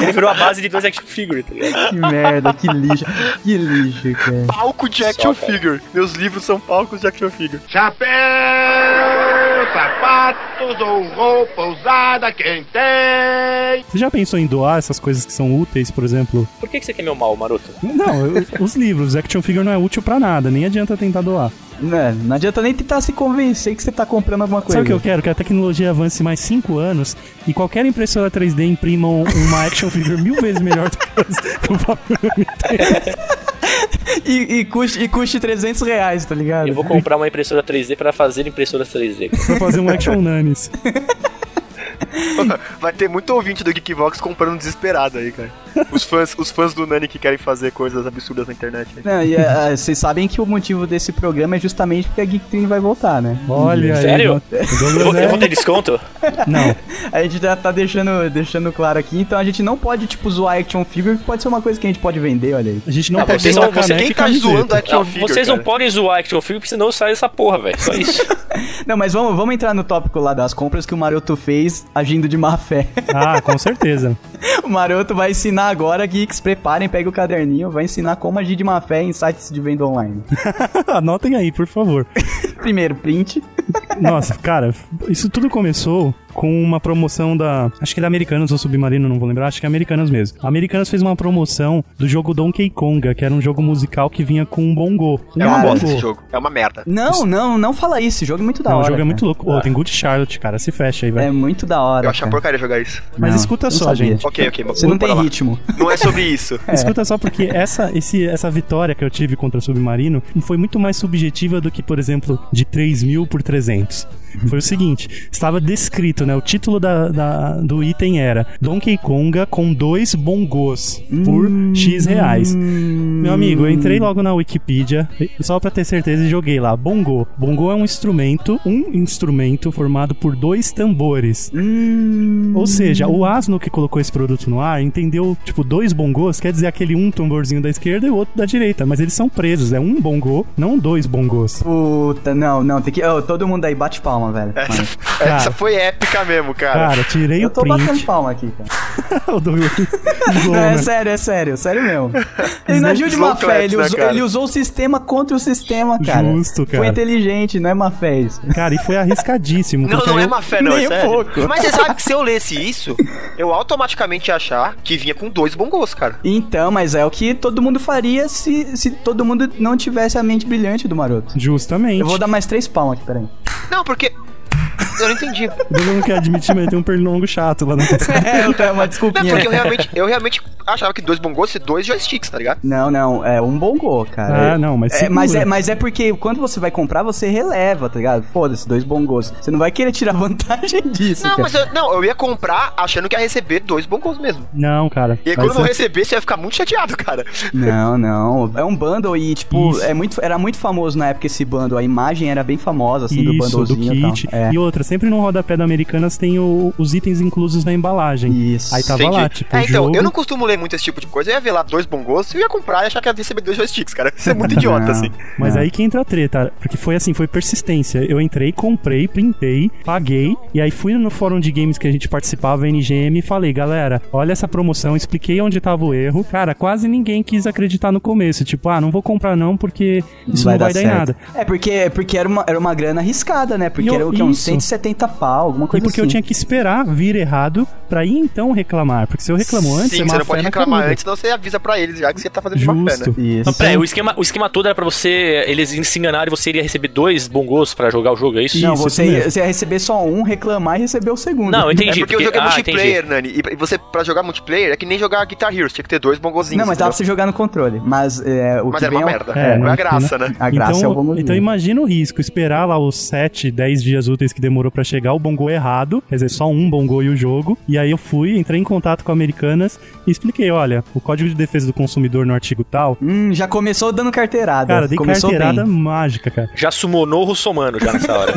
ele virou a base de dois action figure, tá ligado? Que merda, que lixo. Que lixo, cara. Palco de Só, action cara. figure. Meus livros são palcos de action figure. Chapéu, sapatos ou roupa usada, quem tem? Você já pensou em doar essas coisas que são úteis, por exemplo? Por que, que você quer meu mal, maroto? Não, eu- os livros, action figure não é útil pra nada, nem adianta tentar doar. Não, não adianta nem tentar se convencer que você tá comprando alguma coisa. Sabe o que eu quero? Que a tecnologia avance mais 5 anos e qualquer impressora 3D imprima um- uma action figure mil vezes melhor do que as- que o papel. E, e, custe, e custe 300 reais, tá ligado? Eu vou comprar uma impressora 3D pra fazer impressora 3D. Pra fazer um action nanis. <laughs> Vai ter muito ouvinte do Geekvox comprando desesperado aí, cara. Os fãs, os fãs do Nani que querem fazer coisas absurdas na internet. aí. Não, e, ah, vocês sabem que o motivo desse programa é justamente porque a Geek Trend vai voltar, né? Olha aí. Sério? o Douglas Eu, vou- eu é- vou ter desconto? Não. A gente já tá deixando, deixando claro aqui, então a gente não pode, tipo, zoar action figure, que pode ser uma coisa que a gente pode vender, olha aí. A gente não Não, pode né, vocês usar não- você- caneca Quem e tá camiseta. zoando Action Não, Figure, vocês cara? não podem zoar Action Figure, porque senão sai essa porra, velho. Só <laughs> isso. Não, mas vamos, vamos entrar no tópico lá das compras que o Maroto fez agindo de má fé. <laughs> Ah, com certeza. <laughs> o Maroto vai ensinar agora, geeks, preparem, pegue o caderninho, vai ensinar como agir de má fé em sites de venda online. <laughs> Anotem aí, por favor. Primeiro, print. Nossa, cara, isso tudo começou com uma promoção da. Acho que era Americanas ou Submarino, não vou lembrar. Acho que é Americanas mesmo. A Americanas fez uma promoção do jogo Donkey Konga, que era um jogo musical que vinha com um bongo. É uma Cara, bosta pô. esse jogo. É uma merda. Não, não, não fala isso, o jogo é muito da Não, hora. o jogo é cara. muito louco. Ô, tem Good Charlotte, cara. Se fecha aí, É velho. muito da hora. Eu acho uma cara. porcaria jogar isso. Mas Não, escuta não só, sabia. gente. Ok, ok. Você não tem bora lá. ritmo. Não é sobre isso. é. Escuta <laughs> só, porque essa, esse, essa vitória que eu tive contra o Submarino foi muito mais subjetiva do que, por exemplo, de 3 mil por 300. Foi o seguinte, estava descrito, né? O título da, da- do item era Donkey Konga com dois bongos por Hum. X reais. Meu amigo, eu entrei logo na Wikipedia, só pra ter certeza, e joguei lá. Bongo. Bongo é um instrumento, um instrumento formado por dois tambores. Hum, Ou seja, o asno que colocou esse produto no ar entendeu, tipo, dois bongos, quer dizer aquele um tamborzinho da esquerda e o outro da direita, mas eles são presos, é um bongo, não dois bongos. Puta, não, não, tem que. Ô, todo mundo aí bate palma, velho. Essa, Mano, Cara. É, essa foi épica mesmo, cara. Cara, tirei Eu o É tô batendo <laughs> print. palma aqui, cara. o Douglas Não, zoou, é né? sério, é sério, sério <laughs> mesmo. Ele não Slow- agiu de slow má fé, claps, ele né, usou, cara? ele usou o sistema contra o sistema, cara. Justo, cara. Foi inteligente, não é má fé isso. Cara, e foi arriscadíssimo. Não, porque não é eu- má fé, não, nem é um sério. pouco. Mas você sabe que se eu lesse isso, eu automaticamente ia achar que vinha com dois bongos, cara. Então, mas é o que todo mundo faria se, se todo mundo não tivesse a mente brilhante do maroto. Justamente. Eu vou dar mais três palmas aqui, <laughs> peraí. Não, porque. Eu não entendi. O Douglas não quer admitir, mas tem um pernilongo chato lá na É, eu tenho uma Não, porque <laughs> eu desculpinha. realmente, eu realmente achava que dois bongos e dois joysticks, tá ligado? Não, não, é um bom gol, cara. Ah, não, mas É, segura. mas, é, mas é porque quando você vai comprar, você releva, tá ligado? Foda-se, dois bons gostos. Você não vai querer tirar <laughs> vantagem disso, Não, cara. mas eu, não, eu ia comprar achando que ia receber dois bongos mesmo. Não, cara. E aí, mas quando eu não é- receber, você ia ficar muito chateado, <laughs> cara. Não, não. É um bundle e, tipo, Isso. é muito, era muito famoso na época esse bundle. A imagem era bem famosa, assim, do Isso, do bundlezinho kit. e tal. É. E outra, sempre no rodapé da Americanas tem o- os itens inclusos na embalagem. Isso. Aí tava lá, tipo, é, então, jogo, eu não costumo ler muito esse tipo de coisa. Eu ia ver lá dois bongos, eu ia comprar e achar que ia receber dois joysticks, cara. Isso <laughs> é muito idiota, Não. assim. Mas Não. aí que entra a treta, porque foi assim, foi persistência. Eu entrei, comprei, printei, paguei, e aí fui no fórum de games que a gente participava, NGM, e falei, galera, olha essa promoção, expliquei onde tava o erro. Cara, quase ninguém quis acreditar no começo, tipo, ah, não vou comprar não, porque isso não vai dar em certo. nada. É porque, porque era, uma, era uma grana arriscada, né? Porque E eu- era o que? Uns isso. 170 pau, alguma E coisa porque eu assim. tinha que esperar vir errado pra ir então reclamar. Porque se eu reclamo antes, Sim, é você má não fé pode na reclamar caruda. antes, senão você avisa pra eles já que você tá fazendo de má fé, né? Justo. Isso. Não, peraí, o esquema, o esquema todo era pra você. Eles se enganaram e você iria receber dois bongos pra jogar o jogo, é isso? Não, Isso, você, isso ia, mesmo. você ia receber só um, reclamar e receber o segundo. Não, eu entendi. é porque, o jogo é ah, multiplayer, Nani. E você, pra jogar multiplayer, é que nem jogar Guitar Hero, tinha que ter dois bongozinhos. Não, mas dava pra você entendeu? jogar no controle. Mas é, o Mas que era vem é uma o- merda. é, não é né? a graça, né? A graça é o bom então imagina o risco, esperar lá os 7, 10 dias úteis que demorou pra chegar o bongo errado, quer dizer, só um bongo e o jogo. E aí eu fui, entrei em contato com a Americanas e expliquei, olha, o Código de Defesa do Consumidor no artigo tal, Hum, já começou dando carteirada. cara, dei começou carteirada bem. mágica, cara. Já sumonou o russomano já nessa <laughs> hora.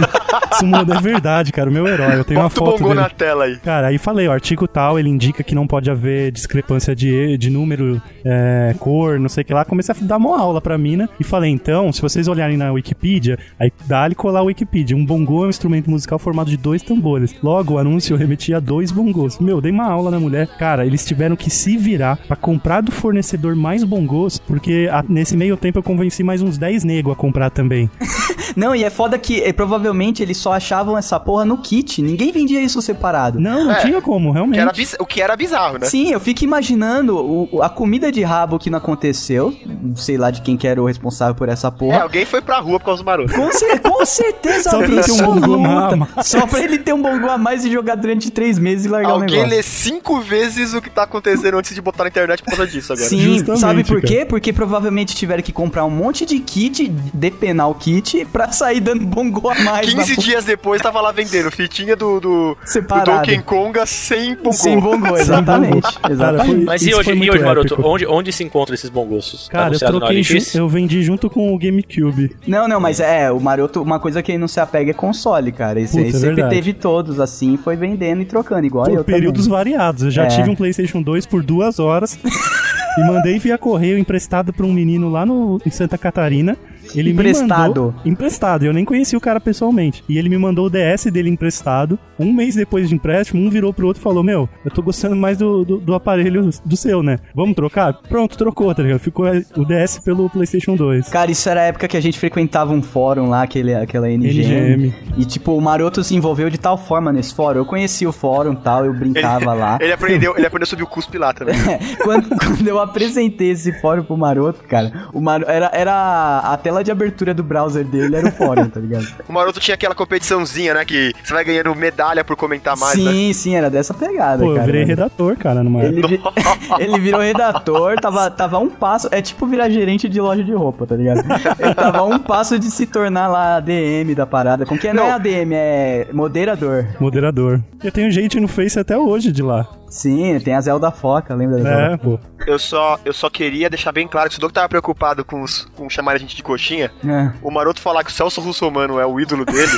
Isso muda, é verdade, cara, o meu herói, eu tenho uma Bota o foto bongô dele. na tela aí. Cara, aí falei, o artigo tal, ele indica que não pode haver discrepância de, de número, é, cor, não sei o que lá. Comecei a dar uma aula pra mina e falei, então, se vocês olharem na Wikipedia, aí dá-lhe colar a Wikipedia. Um bongô é um instrumento musical formado de dois tambores. Logo, o anúncio remetia a dois bongôs. Meu, dei uma aula na mulher. Cara, eles tiveram que se virar pra comprar do fornecedor mais bongôs, porque a- nesse meio tempo eu convenci mais uns 10 nego a comprar também. Não, e é foda que eh, provavelmente eles só achavam essa porra no kit. Ninguém vendia isso separado. Não, não É, tinha como, Que realmente. era biz- o que era bizarro, né? Sim, eu fico imaginando o- o- a comida de rabo que não aconteceu. Sei lá de quem que era o responsável por essa É, porra. alguém foi pra rua por causa do barulho. <laughs> Com, cer- com certeza Só alguém pra ter um bongô ma- absoluta, mais. Só pra ele ter um bongo a mais e jogar durante três meses e largar Alguém o negócio. lê cinco vezes o que tá acontecendo antes de botar na internet por causa disso <laughs> agora. Sim, Justamente, sabe por cara. quê? Porque provavelmente tiveram que comprar um monte de kit, depenar o kit, pra sair dando bongo a mais. 15 na- dias depois tava lá vendendo fitinha do, do, do Separado. Donkey Konga sem bongo. Sem bongo, exatamente. Cara, exatamente. foi- Mas e isso hoje, foi e muito hoje Maroto, épico. onde, onde se encontram esses bons gostos? Tá Cara, eu anunciado na troquei, OLX? ju- eu vendi junto com o GameCube. Não, não, mas é, o Maroto, uma coisa que ele não se apega é console, cara. Esse, Puta, ele é sempre verdade. teve todos, assim, foi vendendo e trocando, igual eu Por períodos também. variados. Eu já É. tive um PlayStation 2 por duas horas. <laughs> e mandei via correio emprestado pra um menino lá no, em Santa Catarina. Ele Emprestado? Me mandou, emprestado. Eu nem conheci o cara pessoalmente. E ele me mandou o DS dele emprestado. Um mês depois de empréstimo, um virou pro outro e falou: Meu, eu tô gostando mais do, do, do aparelho do seu, né? Vamos trocar? Pronto, trocou, tá ligado? Ficou eh, o DS pelo PlayStation 2. Cara, isso era a época que a gente frequentava um fórum lá, aquele, aquela NGM. NGM. E, tipo, o Maroto se envolveu de tal forma nesse fórum. Eu conheci o fórum e tal, eu <laughs> brincava lá. Ele aprendeu, ele aprendeu a subir o cuspe lá <laughs> também. quando, quando eu apresentei esse fórum pro Maroto, cara, o Mar... era, era a tela de abertura do browser dele, era o fórum, tá <laughs> ligado? O Maroto tinha aquela competiçãozinha, né? Que você vai ganhando medalha por comentar mais, né? sim, sim, era dessa pegada, Pô, cara. eu virei redator, cara, numa época. Ele, <laughs> vi- ele virou redator, tava, tava um passo. É tipo virar gerente de loja de roupa, tá ligado? Ele tava um passo de se tornar lá ADM da parada. Com que não, é Não. ADM, é moderador. Moderador. Eu tenho gente no Face até hoje de lá. Sim, tem a Zelda Foca, lembra da Zelda? É, pô. Eu só, eu só queria deixar bem claro que se o Doug tava preocupado com, os, com chamar a gente de coxinha, É. o Maroto falar que o Celso Russomano é o <laughs> ídolo dele,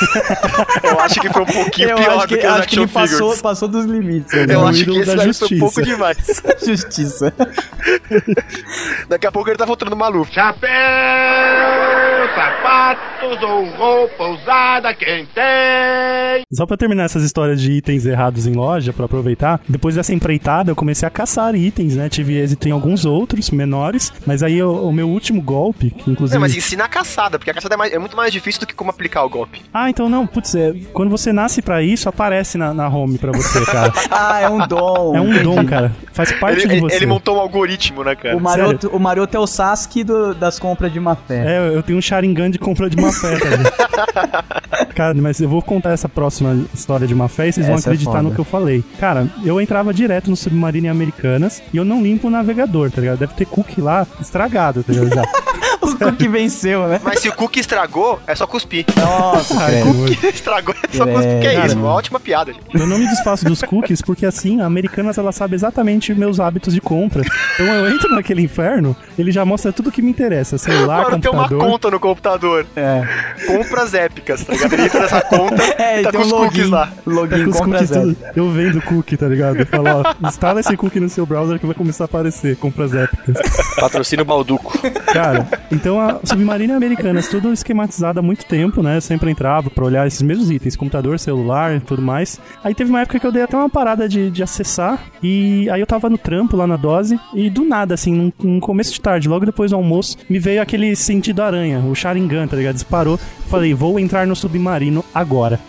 eu acho que foi um pouquinho eu pior acho que, do que os acho que action ele figures. passou, passou dos limites. Eu né? o acho que ídolo esse da daí foi um justiça. pouco demais. <laughs> <laughs> Justiça. Daqui a pouco ele tá voltando maluco. Chapéu, sapatos ou roupa usada, quem tem? Só pra terminar essas histórias de itens errados em loja, pra aproveitar, depois dessa empreitada eu comecei a caçar itens, né? Tive êxito em alguns outros, menores, mas aí eu- o meu último golpe, que inclusive. Não, mas ensina a caçada, porque a caçada é, mais- é muito mais difícil do que como aplicar o golpe. Ah, então não, putz, é, quando você nasce pra isso, aparece na, na home pra você, <laughs> cara. Ah, é um dom. é um dom, cara. Faz parte Ele, de ele- você. ele montou um algoritmo, né, cara? O maroto, o maroto é o Sasuke do- das compras de má fé. É, eu tenho um Sharingan de compra de má fé, tá ligado? Cara, mas eu vou contar essa próxima história de má fé e vocês vão Essa é acreditar no foda. que eu falei. Cara, eu entrava direto no Submarino em Americanas e eu não limpo o navegador, tá ligado? Deve ter cookie lá estragado, tá ligado? Já. <laughs> O Cook venceu, né? Mas se o Cook estragou, é só cuspir. <laughs> Nossa, Ai, cara. nojo. estragou, é só cuspir. Que é Cara, isso, uma mano. ótima piada, gente. eu não me desfaço dos cookies porque assim, a Americanas ela sabe exatamente meus hábitos de compra. Então eu entro naquele inferno, ele já mostra tudo que me interessa, celular, Mano, tem uma computador. conta no computador. É. Compras épicas, tá ligado? Ele entra nessa conta, <laughs> É, tá tem com um os cookies login, lá. Tá com login os compra cookies zero. tudo- Eu vendo cookie, tá ligado? Eu falo, ó, instala esse cookie no seu browser que vai começar a aparecer compras épicas. Patrocínio Balduco. Cara, então a Submarina Americanas, tudo esquematizado há muito tempo, né? Eu sempre entrava pra olhar esses mesmos itens, computador, celular e tudo mais. Aí teve uma época que eu dei até uma parada de, de acessar, e aí eu tava no trampo lá na dose, e do nada, assim, num, num começo de tarde, logo depois do almoço, me veio aquele sentido aranha, o Sharingan, tá ligado? Disparou. Falei, vou entrar no submarino agora.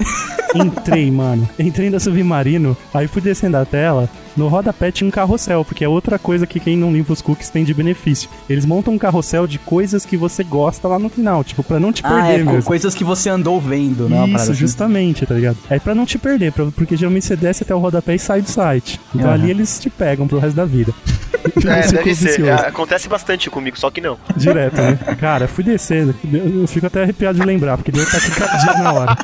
Entrei, mano. Entrei no submarino, aí fui descendo a tela. No rodapé tinha um carrossel, porque é outra coisa que quem não limpa os cookies tem de benefício. Eles montam um carrossel de coisas que você gosta lá no final, tipo, pra não te Ah, perder é, co- mesmo. coisas que você andou vendo, né? uma parada Isso, assim. justamente, tá ligado? É pra não te perder, pra- porque geralmente você desce até o rodapé e sai do site. Então Aham. ali eles te pegam pro resto da vida. Fica um <laughs> É, ciclo deve ser. vicioso. É, acontece bastante comigo, só que não. <laughs> Direto, né? Cara, fui descendo. Eu eu fico até arrepiado de lembrar, porque deu taquicardia na hora.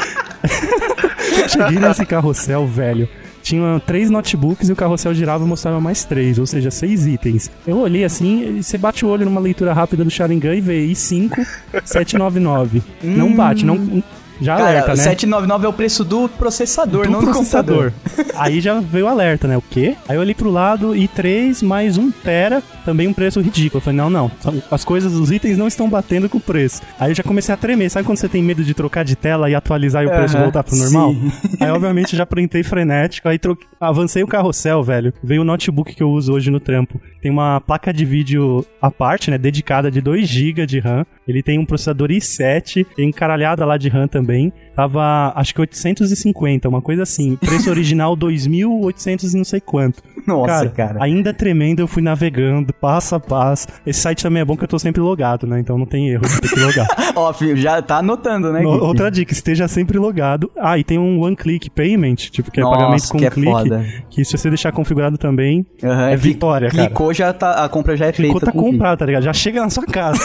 <laughs> Cheguei nesse carrossel, velho. Tinha três notebooks e o carrossel girava e mostrava mais três, ou seja, seis itens. Eu olhei assim, e você bate o olho numa leitura rápida do Sharingan e vê I5 799. Não bate, não. Já Cara, alerta, né? 799 é o preço do processador, do não processador. do computador. <laughs> Aí já veio o alerta, né? O quê? Aí eu olhei pro lado e 3 mais 1 tera, também um preço ridículo. Eu falei, não, não, são- as coisas, os itens não estão batendo com o preço. Aí eu já comecei a tremer. Sabe quando você tem medo de trocar de tela e atualizar e o preço Aham, voltar pro sim. <laughs> normal? Aí, obviamente, já printei frenético, aí troquei, avancei o carrossel, velho. Veio o notebook que eu uso hoje no trampo. Tem uma placa de vídeo à parte, né? Dedicada de 2GB de RAM. Ele tem um processador i7, tem caralhada lá de RAM também. <laughs> Tava, acho que 850, uma coisa assim. Preço original 2.800 e não sei quanto. <laughs> Nossa, cara. ainda tremendo, eu fui navegando, passo a passo. Esse site também é bom que eu tô sempre logado, né? Então não tem erro de ter <laughs> que logar. Ó, filho, já tá anotando, né, No- Gui? outra dica, esteja sempre logado. Ah, e tem um one click payment, tipo, que é Nossa, pagamento com que um é clique. foda. Que se você deixar configurado também, Aham, é cli- vitória, cara. Clicou, já tá, a compra já é Clicou, feita. tá com clique. comprado, tá ligado? Já chega na sua <laughs> casa.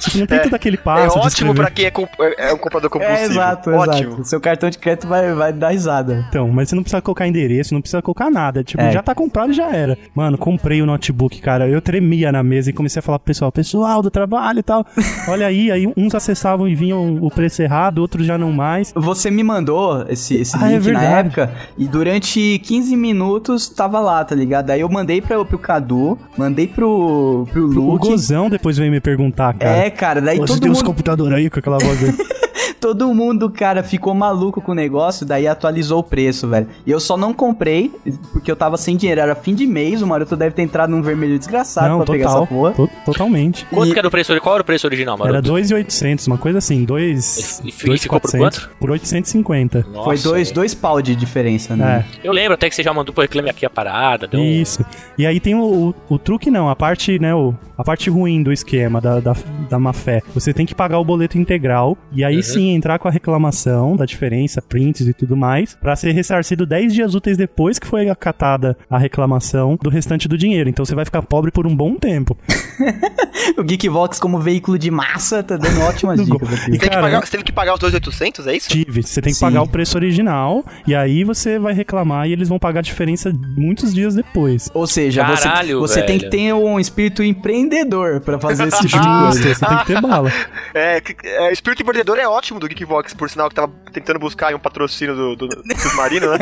tipo, não tem todo aquele É passo. de ótimo escrever. pra quem é, comp- é- é um comprador compulsivo. Ah, É, exato, ótimo. exato. Seu cartão de crédito vai, vai dar risada. Então, mas você não precisa colocar endereço, não precisa colocar nada. Tipo, É. já tá comprado e já era. Mano, comprei o notebook, cara. Eu tremia na mesa e comecei a falar pro pessoal, pessoal do trabalho <laughs> e tal. Olha aí, aí uns acessavam e vinham o preço errado, outros já não mais. Você me mandou esse, esse Ah, é link na verdade. época e durante 15 minutos tava lá, tá ligado? Aí eu mandei pra, pro Cadu, mandei pro, pro O Luke. Gozão depois veio me perguntar, cara. é, cara, daí Você todo tem uns mundo, computadores aí com aquela voz dele. <laughs> todo mundo, cara, ficou maluco com o negócio, daí atualizou o preço, velho. E eu só não comprei, porque eu tava sem dinheiro, era fim de mês, o Maroto deve ter entrado num vermelho desgraçado não, pra pegar total. essa porra. to- totalmente. Quanto E- que era o preço? Qual era o preço original, mano? Era 2,800, uma coisa assim, 2. E- e ficou por 2,400, Por 850. Nossa, Foi dois, dois pau de diferença, né? É. Eu lembro até que você já mandou pro reclame aqui a parada. Deu um... Isso. E aí tem o, o, o truque não, a parte, né, o, a parte ruim do esquema da, da, da má fé. Você tem que pagar o boleto integral e aí sim entrar com a reclamação da diferença, prints e tudo mais, pra ser ressarcido 10 dias úteis depois que foi acatada a reclamação do restante do dinheiro. Então você vai ficar pobre por um bom tempo. <laughs> O Geekvox como veículo de massa tá dando <laughs> ótimas Do gol. dicas E aqui. Tem que Cara, pagar- eu- você teve que pagar os 2,800, é isso? Tive. Você tem que Sim. pagar o preço original e aí você vai reclamar e eles vão pagar a diferença muitos dias depois. Ou seja, você- Caralho, você, tem que velho. ter um espírito empreendedor pra fazer esse <laughs> tipo de coisa. Justo, você tem que ter bala. É, que- é, Espírito Empreendedor é ótimo do Geekvox, por sinal, que tava tentando buscar aí um patrocínio do, do, do Submarino, né?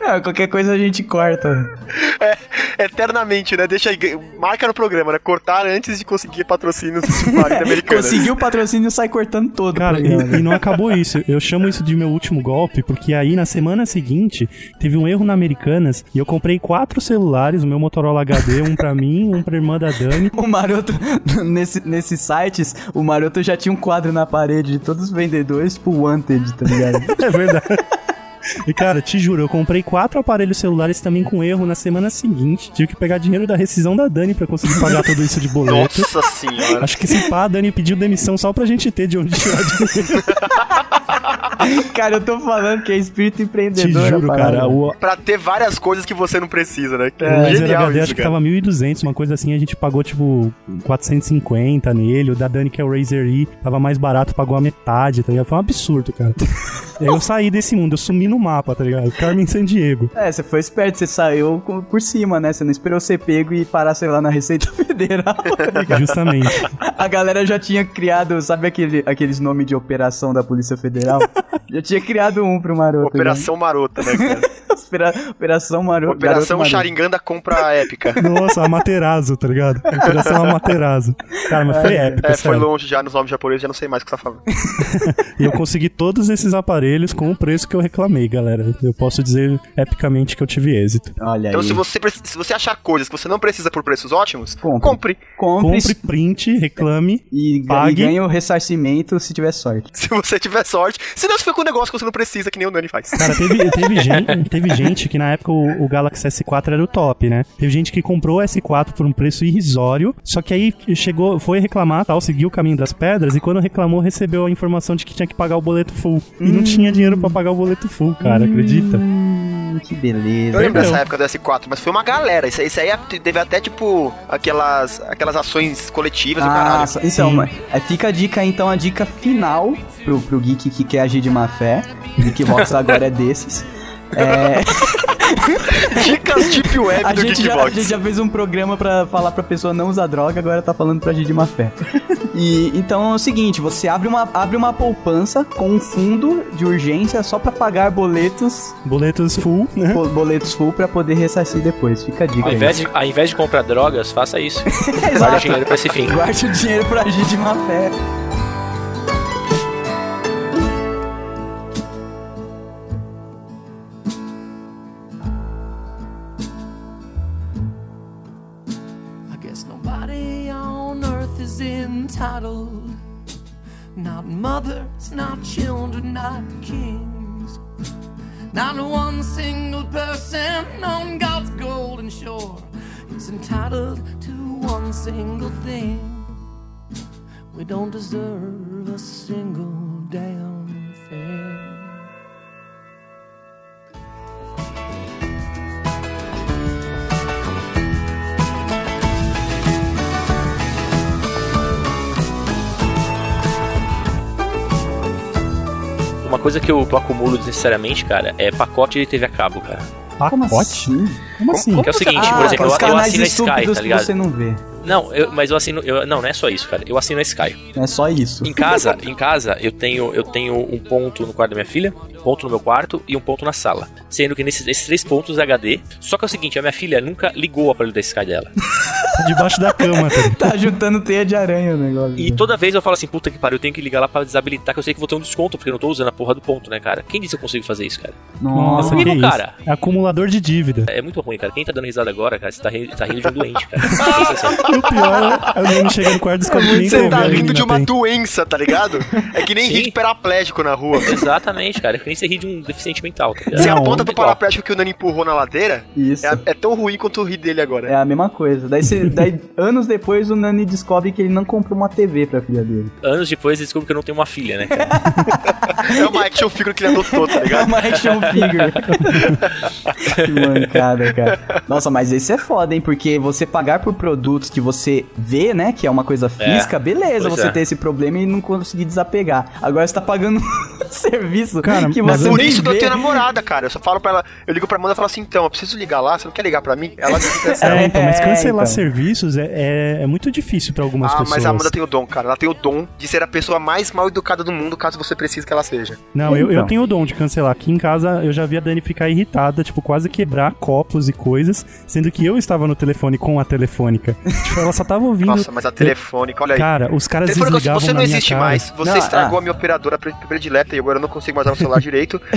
Não, qualquer coisa a gente corta. É, eternamente, né? Deixa aí, marca no programa, né? Cortar antes de conseguir patrocínio do Submarino americano. Conseguiu o patrocínio, sai cortando todo. o <laughs> Cara, programa, e, né? e não acabou isso. Eu chamo isso de meu último golpe, porque aí na semana seguinte teve um erro na Americanas e eu comprei quatro celulares, o meu Motorola HD, um pra mim, um pra irmã da Dani. <laughs> O Maroto, <laughs> nesse, nesses sites, o Maroto já tinha um quadro na parede de todos os vendedores pro Wanted, tá <laughs> ligado? É verdade. E cara, te juro, eu comprei quatro aparelhos celulares também com erro na semana seguinte. Tive que pegar dinheiro da rescisão da Dani pra conseguir pagar tudo isso de boleto. Nossa senhora. Acho que se pá, a Dani pediu demissão só pra gente ter de onde tirar <laughs> dinheiro. cara, eu tô falando que é espírito Te empreendedor. a juro, parada. cara. O, Pra ter várias coisas que você não precisa, né? Que É, é, mas era genial HD, isso, acho que cara. tava 1.200, uma coisa assim, a gente pagou tipo 450 nele, o da Dani que é o Razer E, tava mais barato, pagou a metade, tá ligado? Foi um absurdo, <laughs> cara. e aí eu saí desse mundo, eu sumi no mapa, tá ligado? Carmen San Diego. É, você foi esperto, você saiu com- por cima, né? Você não esperou ser pego e parar, sei lá, na Receita <laughs> Federal. tá ligado? Justamente. <laughs> A galera já tinha criado, sabe aquele, aqueles nomes de operação da Polícia <laughs> Federal? já tinha criado um pro Maroto. <laughs> Operação Marota, né, cara? já. Espera- Operação Maroto. Operação Garoto Maroto. Sharingan da compra épica. Nossa, Amaterasu, tá ligado? Operação Amaterasu. Cara, mas foi épico, É, foi sério. longe já nos nomes japoneses, já não sei mais o que você tá falando. E eu consegui todos esses aparelhos com o preço que eu reclamei, galera. Eu posso dizer epicamente que eu tive êxito. Olha Então, aí. se você, preci- se você achar coisas que você não precisa por preços ótimos, Compre. compre. Compre, Compre, print, reclame. e, e pague. ganhe o ressarcimento se tiver sorte. <laughs> Se você tiver sorte. Se não, você fica com um negócio que você não precisa, que nem o Nani <laughs> faz. Cara, teve, teve, gente, teve gente que na época o, o Galaxy S4 era o top, né? Teve gente que comprou o S4 por um preço irrisório, só que aí chegou, foi reclamar, tal, seguiu o caminho das pedras, e quando reclamou, recebeu a informação de que tinha que pagar o boleto full. E não tinha dinheiro pra pagar o boleto full, cara, acredita? Hum, que beleza. Eu lembro Então. dessa época do S4, mas foi uma galera. Isso, isso aí é- teve até, tipo, aquelas, aquelas ações coletivas do Ah, caralho. só- então, Sim. mas- é, fica a dica, então, a dica final pro, pro geek que quer agir de má fé. Geekbox agora é desses. É, <laughs> Dicas Deep Web a, do gente já, a Geekbox. gente já fez um programa pra falar pra pessoa não usar droga, agora tá falando pra agir de má fé. E, então é o seguinte, você abre uma, abre uma poupança com um fundo de urgência só pra pagar boletos, Boletos full, né? bo- boletos full pra poder ressarcir depois. Fica a dica Uhum. Ao aí. invés, de, ao invés de comprar drogas, <laughs> faça isso. Guarda Exato. dinheiro pra esse fim. Guarde o dinheiro pra agir de má fé. I guess nobody on earth is entitled. Not mothers, not children, not kings. Not one single person on God's golden shore is entitled to one single thing. We don't deserve a single damn thing. Uma coisa que eu que eu acumulo desnecessariamente, cara, é pacote de TV a cabo, cara. Como Pacote? assim? Como assim? que é o seguinte, Ah, por exemplo, os eu, eu canais assino a Sky, estúpidos tá que ligado? você não vê. Não, eu- mas eu assino. eu- não, não é só isso, cara. Eu assino a Sky. É só isso. <laughs> Em casa, em casa, eu tenho, eu tenho um ponto no quarto da minha filha, um ponto no meu quarto e um ponto na sala. Sendo que nesses esses três pontos é HD. Só que é o seguinte, a minha filha nunca ligou o aparelho da Sky dela. Debaixo da cama. tá? Tá juntando teia de aranha o negócio. Uhum. E toda vez eu falo assim, puta que pariu, eu tenho que ligar lá pra desabilitar, que eu sei que vou ter um desconto, porque eu não tô usando a porra do ponto, né, cara? Quem disse que eu consigo fazer isso, cara? Nossa, Comigo, que isso. cara. É acumulador de dívida. É muito ruim, cara. Quem tá dando risada agora, cara, você tá, ri- tá rindo de um <laughs> doente, cara. Pensa assim, E o pior é o menino chega no quarto e descobre que nem Você tá cotovelo rindo né, de ainda uma tem. doença, tá ligado? É que nem Sim. rir de paraplégico <laughs> na rua. Exatamente, cara. É que nem você ri de um deficiente mental, tá ligado? Se a Não, é um ponta do igual. paraplégico que o Nani empurrou na ladeira Isso. é, é tão ruim quanto o rir dele agora. É a mesma coisa. Daí, você- daí, <laughs> anos depois, o Nani descobre que ele não comprou uma TV pra filha dele. Anos depois eu descubro que eu não tenho uma filha, né, <laughs> cara? É uma action figure que ele adotou, tá É ligado? uma action figure. que mancada, cara. Nossa, mas esse é foda, hein? Porque você pagar por produtos que você vê, né? Que é uma coisa física, beleza Pois você é. ter esse problema e não conseguir desapegar. Agora você tá pagando <laughs> um serviço Cara, que mas você Por nem isso que eu vê. tenho namorada, cara. Eu só falo pra ela, eu ligo pra Amanda e falo assim, então, eu preciso ligar lá, você não quer ligar pra mim? <laughs> Ela diz que É, então, mas É, cancelar então. serviços é, é- é muito difícil pra algumas Ah, pessoas. mas a Amanda tem o dom, cara. Ela tem o dom de ser a pessoa mais mal educada do mundo, caso você precise que ela seja. Não, eu, eu Então. tenho o dom de cancelar. Aqui em casa eu já vi a Dani ficar irritada, tipo, quase quebrar copos e coisas, sendo que eu estava no telefone com a telefônica. Tipo, ela só tava ouvindo. Nossa, mas a telefônica, olha aí. Cara, os caras Telefone, desligavam você na não minha é. existe cara. mais. Você Não, estragou ah. a minha operadora pre- predileta e agora eu não consigo mais usar <laughs> o celular direito. Ah,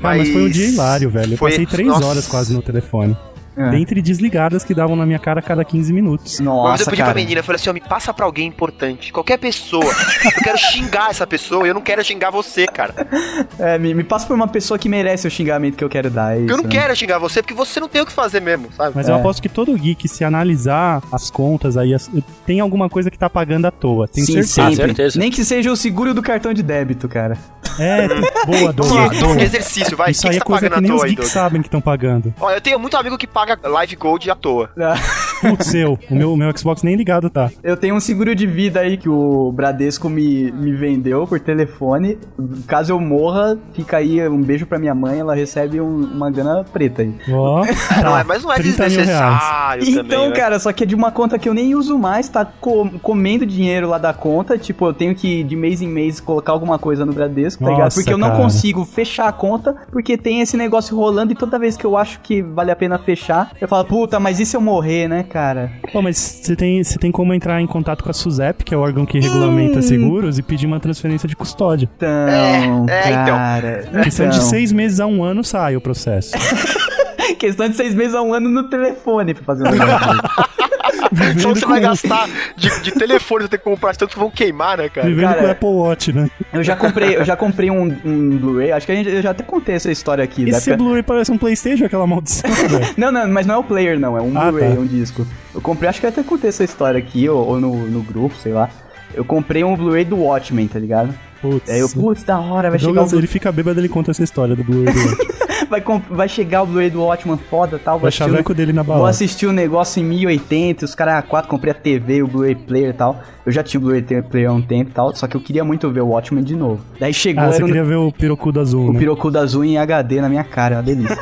mas foi um dia hilário, velho. Eu foi- passei três Nossa. horas quase no telefone. É. Dentre desligadas que davam na minha cara a cada 15 minutos. Uma vez eu Nossa, pedi cara. pra menina, eu falei assim, ó, me passa pra alguém importante, qualquer pessoa. Eu quero xingar essa pessoa e eu não quero xingar você, cara. Porque É, me, me passa por uma pessoa que merece o xingamento que eu quero dar. é eu isso, não né? quero xingar você, porque você não tem o que fazer mesmo, sabe? É. Mas eu aposto que todo geek, se analisar as contas aí, as- tem alguma coisa que tá pagando à toa. Tem Sim, certeza. sempre. Ah, certeza. Nem que seja o seguro do cartão de débito, cara. É, tem- boa, Vamos Douglas. lá, Doug, boa. exercício, vai. O que Isso aí você é tá coisa pagando que à nem os toa aí, geeks Doug? sabem que estão pagando. Ó, eu tenho muito amigo que paga live gold à toa. Ah, O seu, o meu, o meu Xbox nem ligado tá. Eu tenho um seguro de vida aí que o Bradesco me, me vendeu por telefone. Caso eu morra, fica aí um beijo pra minha mãe, ela recebe um- uma grana preta aí. Ó, Não, tá. é, mas não é 30 mil reais. desnecessário Então, também, né? cara, só que é de uma conta que eu nem uso mais, tá co- comendo dinheiro lá da conta. Tipo, eu tenho que de mês em mês colocar alguma coisa no Bradesco, tá ligado? Nossa, Porque eu não cara. consigo fechar a conta, porque tem esse negócio rolando e toda vez que eu acho que vale a pena fechar, eu falo, puta, mas e se eu morrer, né, cara? Pô, mas você tem, você tem como entrar em contato com a SUSEP, que é o órgão que regulamenta seguros, e pedir uma transferência de custódia. Então, É, é, então. cara. Questão de então. seis meses a um ano sai o processo. Questão de seis meses a um ano no telefone pra fazer um <laughs> negócio. desse. Só Vivendo que Então você vai com- gastar de, de telefone, você tem que comprar, tanto que vão queimar, né, cara? Vivendo cara, com o Apple Watch, né? eu já comprei, eu já comprei um, um Blu-ray, acho que a gente, eu já até contei essa história aqui. da Esse época- Blu-ray parece um Playstation, aquela maldição, velho. Não, não, mas não é o player, não, é um Ah, Blu-ray, tá. um disco. Eu comprei, acho que eu até contei essa história aqui, ou, ou no, no grupo, sei lá. Eu comprei um Blu-ray do Watchmen, tá ligado? Putz. Aí eu, putz, da hora, vai chegar um o Douglas, Blu- ele fica bêbado, ele conta essa história do Blu-ray. do Watch. vai, comp- vai chegar o Blu-ray do Watchman foda tal, vou Vai assistir, chaveco o... dele na vou balada. assistir o negócio em 1080, os caras a 4, comprei a TV, o Bluey player e tal. Eu já tinha o Bluey player há um tempo e tal, só que eu queria muito ver o Watchmen de novo. Daí chegou, Ah, era você um- queria ver o pirocudo azul, o né? pirocudo azul em HD na minha cara, é uma <laughs> delícia.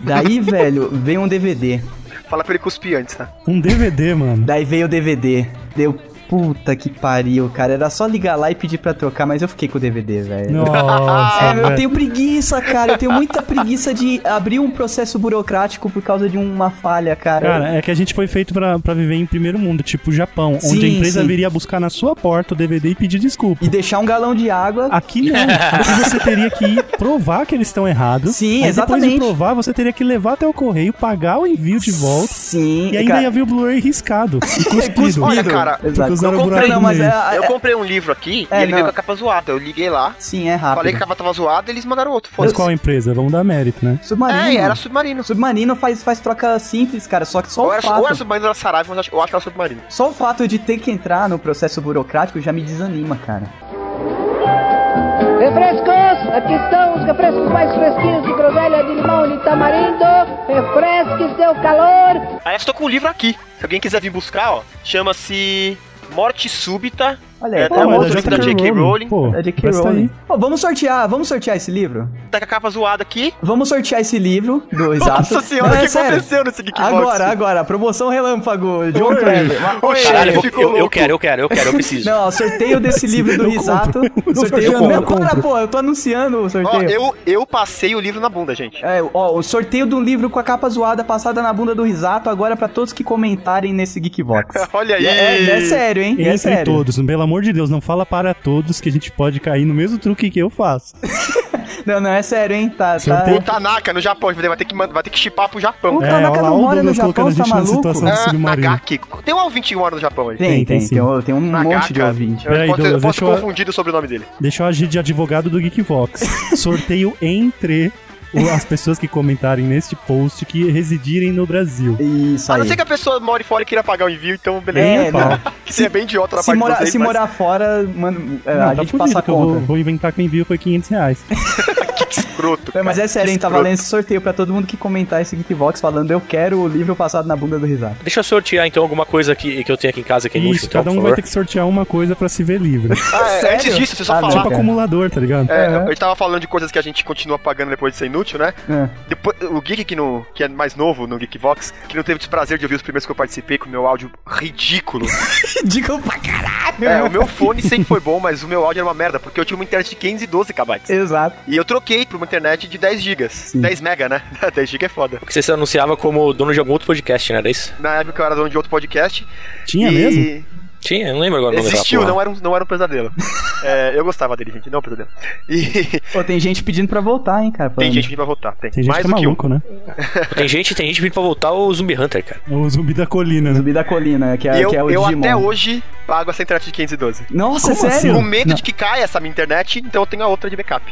Daí, velho, veio um DVD. Fala pra ele cuspir antes, tá? Um DVD, mano. Daí veio o DVD. Deu puta que pariu, cara. Era só ligar lá e pedir pra trocar, mas eu fiquei com o DVD, velho. Nossa, É, eu velho. tenho preguiça, cara. Eu tenho muita preguiça de abrir um processo burocrático por causa de uma falha, cara. Cara, é que a gente foi feito pra, pra viver em primeiro mundo, tipo o Japão, Sim, onde a empresa sim. viria buscar na sua porta o DVD e pedir desculpa. E deixar um galão de água. Aqui não. Aqui você teria que ir provar que eles estão errados. Sim, aí Depois exatamente. de provar, você teria que levar até o correio, pagar o envio de volta. Sim, E ainda cara. <laughs> ia vir o Blu-ray riscado e cuspido. Cuspido. Olha, cara, Exato. usaram o comprei, buraco não, no mas meio. é- Eu comprei um livro aqui É, e ele não. veio com a capa zoada. Eu liguei lá, Sim, é rápido. falei que a capa tava zoada e eles mandaram outro. Mas Foda-se. qual é? empresa? Vamos dar mérito, né? Submarino. É, era submarino. Submarino faz, faz troca simples, cara. Só que só Ou o era, fato. ou era submarino ou era Saraiva, mas eu acho- eu acho que era submarino. Só o fato de ter que entrar no processo burocrático já me desanima, cara. Refrescos, aqui estão os refrescos mais fresquinhos de groselha, de limão e de tamarindo. Refresque seu calor. Aliás, tô com o livro aqui. Se alguém quiser vir buscar, ó, chama-se Morte Súbita. Olha aí, É, tá tá bom. bom. é outro da J.K. Rowling. Pô, É de K. presta Rowling. aí. Ó, vamos sortear, vamos sortear esse livro? Tá com a capa zoada aqui. Vamos sortear esse livro do Exato. Nossa senhora, Não, o é que sério. aconteceu nesse Geekbox? Agora, agora, promoção relâmpago, John Oi. Kleber. Mas- Oi, Caralho, eu, vou- É, ficou eu- eu louco. quero, eu quero, eu quero, eu preciso. Não, ó, <laughs> sorteio desse livro do Eu Risato. compro. Sorteio. Eu compro, Para, eu compro. pô, eu tô anunciando o Ó, sorteio. eu, eu passei o livro na bunda, gente. <laughs> É, ó, o sorteio de um livro com a capa zoada passada na bunda do Risato, agora pra todos que comentarem nesse <laughs> Geekbox. Olha aí. E É, e é sério, hein? E Entre é sério. todos, pelo amor de Deus, não fala para todos que a gente pode cair no mesmo truque que eu faço. Não, não, é sério, hein? Tá, tá. Sorteio. O Tanaka no Japão, vai ter que, man- vai ter que chipar pro Japão. O É, Tanaka olha lá, não o mora no Douglas Japão, colocando a tá gente numa maluco? situação- Ah, submarino. Nagaki. Tem um ouvinte que mora no Japão aí. Tem, Tem, tem, sim. tem, um- tem um monte de Nagaka. ouvinte. Eu Peraí, posso, eu Douglas, posso deixa eu- confundir o sobrenome dele. Deixa eu agir de advogado do <laughs> Geekvox. Sorteio entre o- as pessoas que comentarem neste post que residirem no Brasil. Isso A aí. não ser que a pessoa more fora e queira pagar o envio, então É, beleza. não. <laughs> que você é bem idiota na Se parte morar, de vocês, se mas- morar fora, mano, é, Não, a tá gente fudido passa a que eu vou, conta. vou inventar que o envio foi 500 reais. que escroto. É, mas cara, é sério, que hein? Tá escroto. valendo esse sorteio pra todo mundo que comentar esse Geekbox falando eu quero o livro passado na bunda do Risato. Deixa eu sortear então alguma coisa que, que eu tenho aqui em casa que é Isso, inútil, então, cada um por vai favor. ter que sortear uma coisa pra se ver <laughs> livre. Ah, é, Sério? antes disso, deixa eu só Ah, não. falar. tipo cara. acumulador, tá ligado? É, Aham. A gente tava falando de coisas que a gente continua pagando depois de ser inútil, né? É. Depois, o Geek que, não, que é mais novo no Geekvox, que não teve o desprazer de ouvir os primeiros que eu participei com o meu áudio ridículo. Digo pra caralho! é, o meu fone sempre foi bom, mas o meu áudio era uma merda, porque eu tinha uma internet de 512 KB. É, Exato. E eu troquei pra uma internet de 10 GB. 10 mega, né? <laughs> 10 GB é foda. Porque você se anunciava como dono de algum outro podcast, né? Era isso? Na época eu era dono de outro podcast. Tinha e É mesmo? Tinha, eu não lembro agora o nome dessa Existiu, porra. não era, um, não era um pesadelo. É, eu gostava dele, gente, não é um pesadelo. E Pô, tem gente pedindo pra voltar, hein, cara? tem falando. gente que vai voltar, tem. Tem gente mais que é do que um. maluco, né? Tem gente, tem gente vindo pra voltar o Zumbi Hunter, cara. O zumbi da colina, né? Zumbi da colina, que um. E é, eu, que é o eu Digimon. até hoje pago essa internet de 512. Nossa, é Como sério? Com assim? medo Não. de que caia essa minha internet, então eu tenho a outra de backup.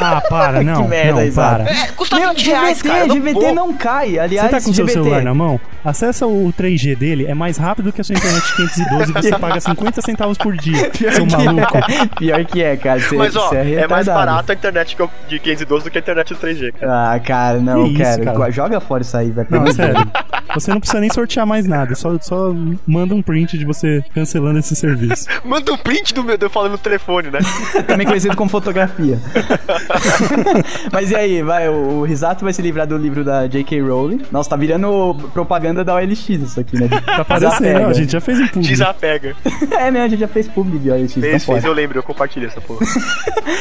Ah, <laughs> para, não. merda, não, Isaac. para. É, custa Meu, 20 reais, GVT, cara. eu não GVT vou. não cai. Você Aliás, tá com seu GVT. celular na mão? Acessa o 3G dele, é mais rápido que a sua internet de 512 e <laughs> você paga 50 centavos por dia, seu maluco. Pior que é, cara. Você, Mas ó, você é, mais retardado. barato a internet que eu- de 512 do que a internet do 3G, cara. Ah, cara, não, Que isso, cara, cara. Joga fora isso aí, velho. Não, é sério. Você não precisa nem sortear mais nada, só, só manda um print de você cancelando <laughs> esse serviço. Manda um print do meu eu falando no telefone, né? <laughs> Também conhecido como fotografia. <laughs> Mas e aí, vai, o, o Risato vai se livrar do livro da J.K. Rowling. Nossa, tá virando propaganda da OLX isso aqui, né? <laughs> Tá parecendo, ó, a gente já fez um público. Desapega. É mesmo, a gente já fez publi de OLX, então Fez, fez, fora. eu lembro, eu compartilhei essa porra.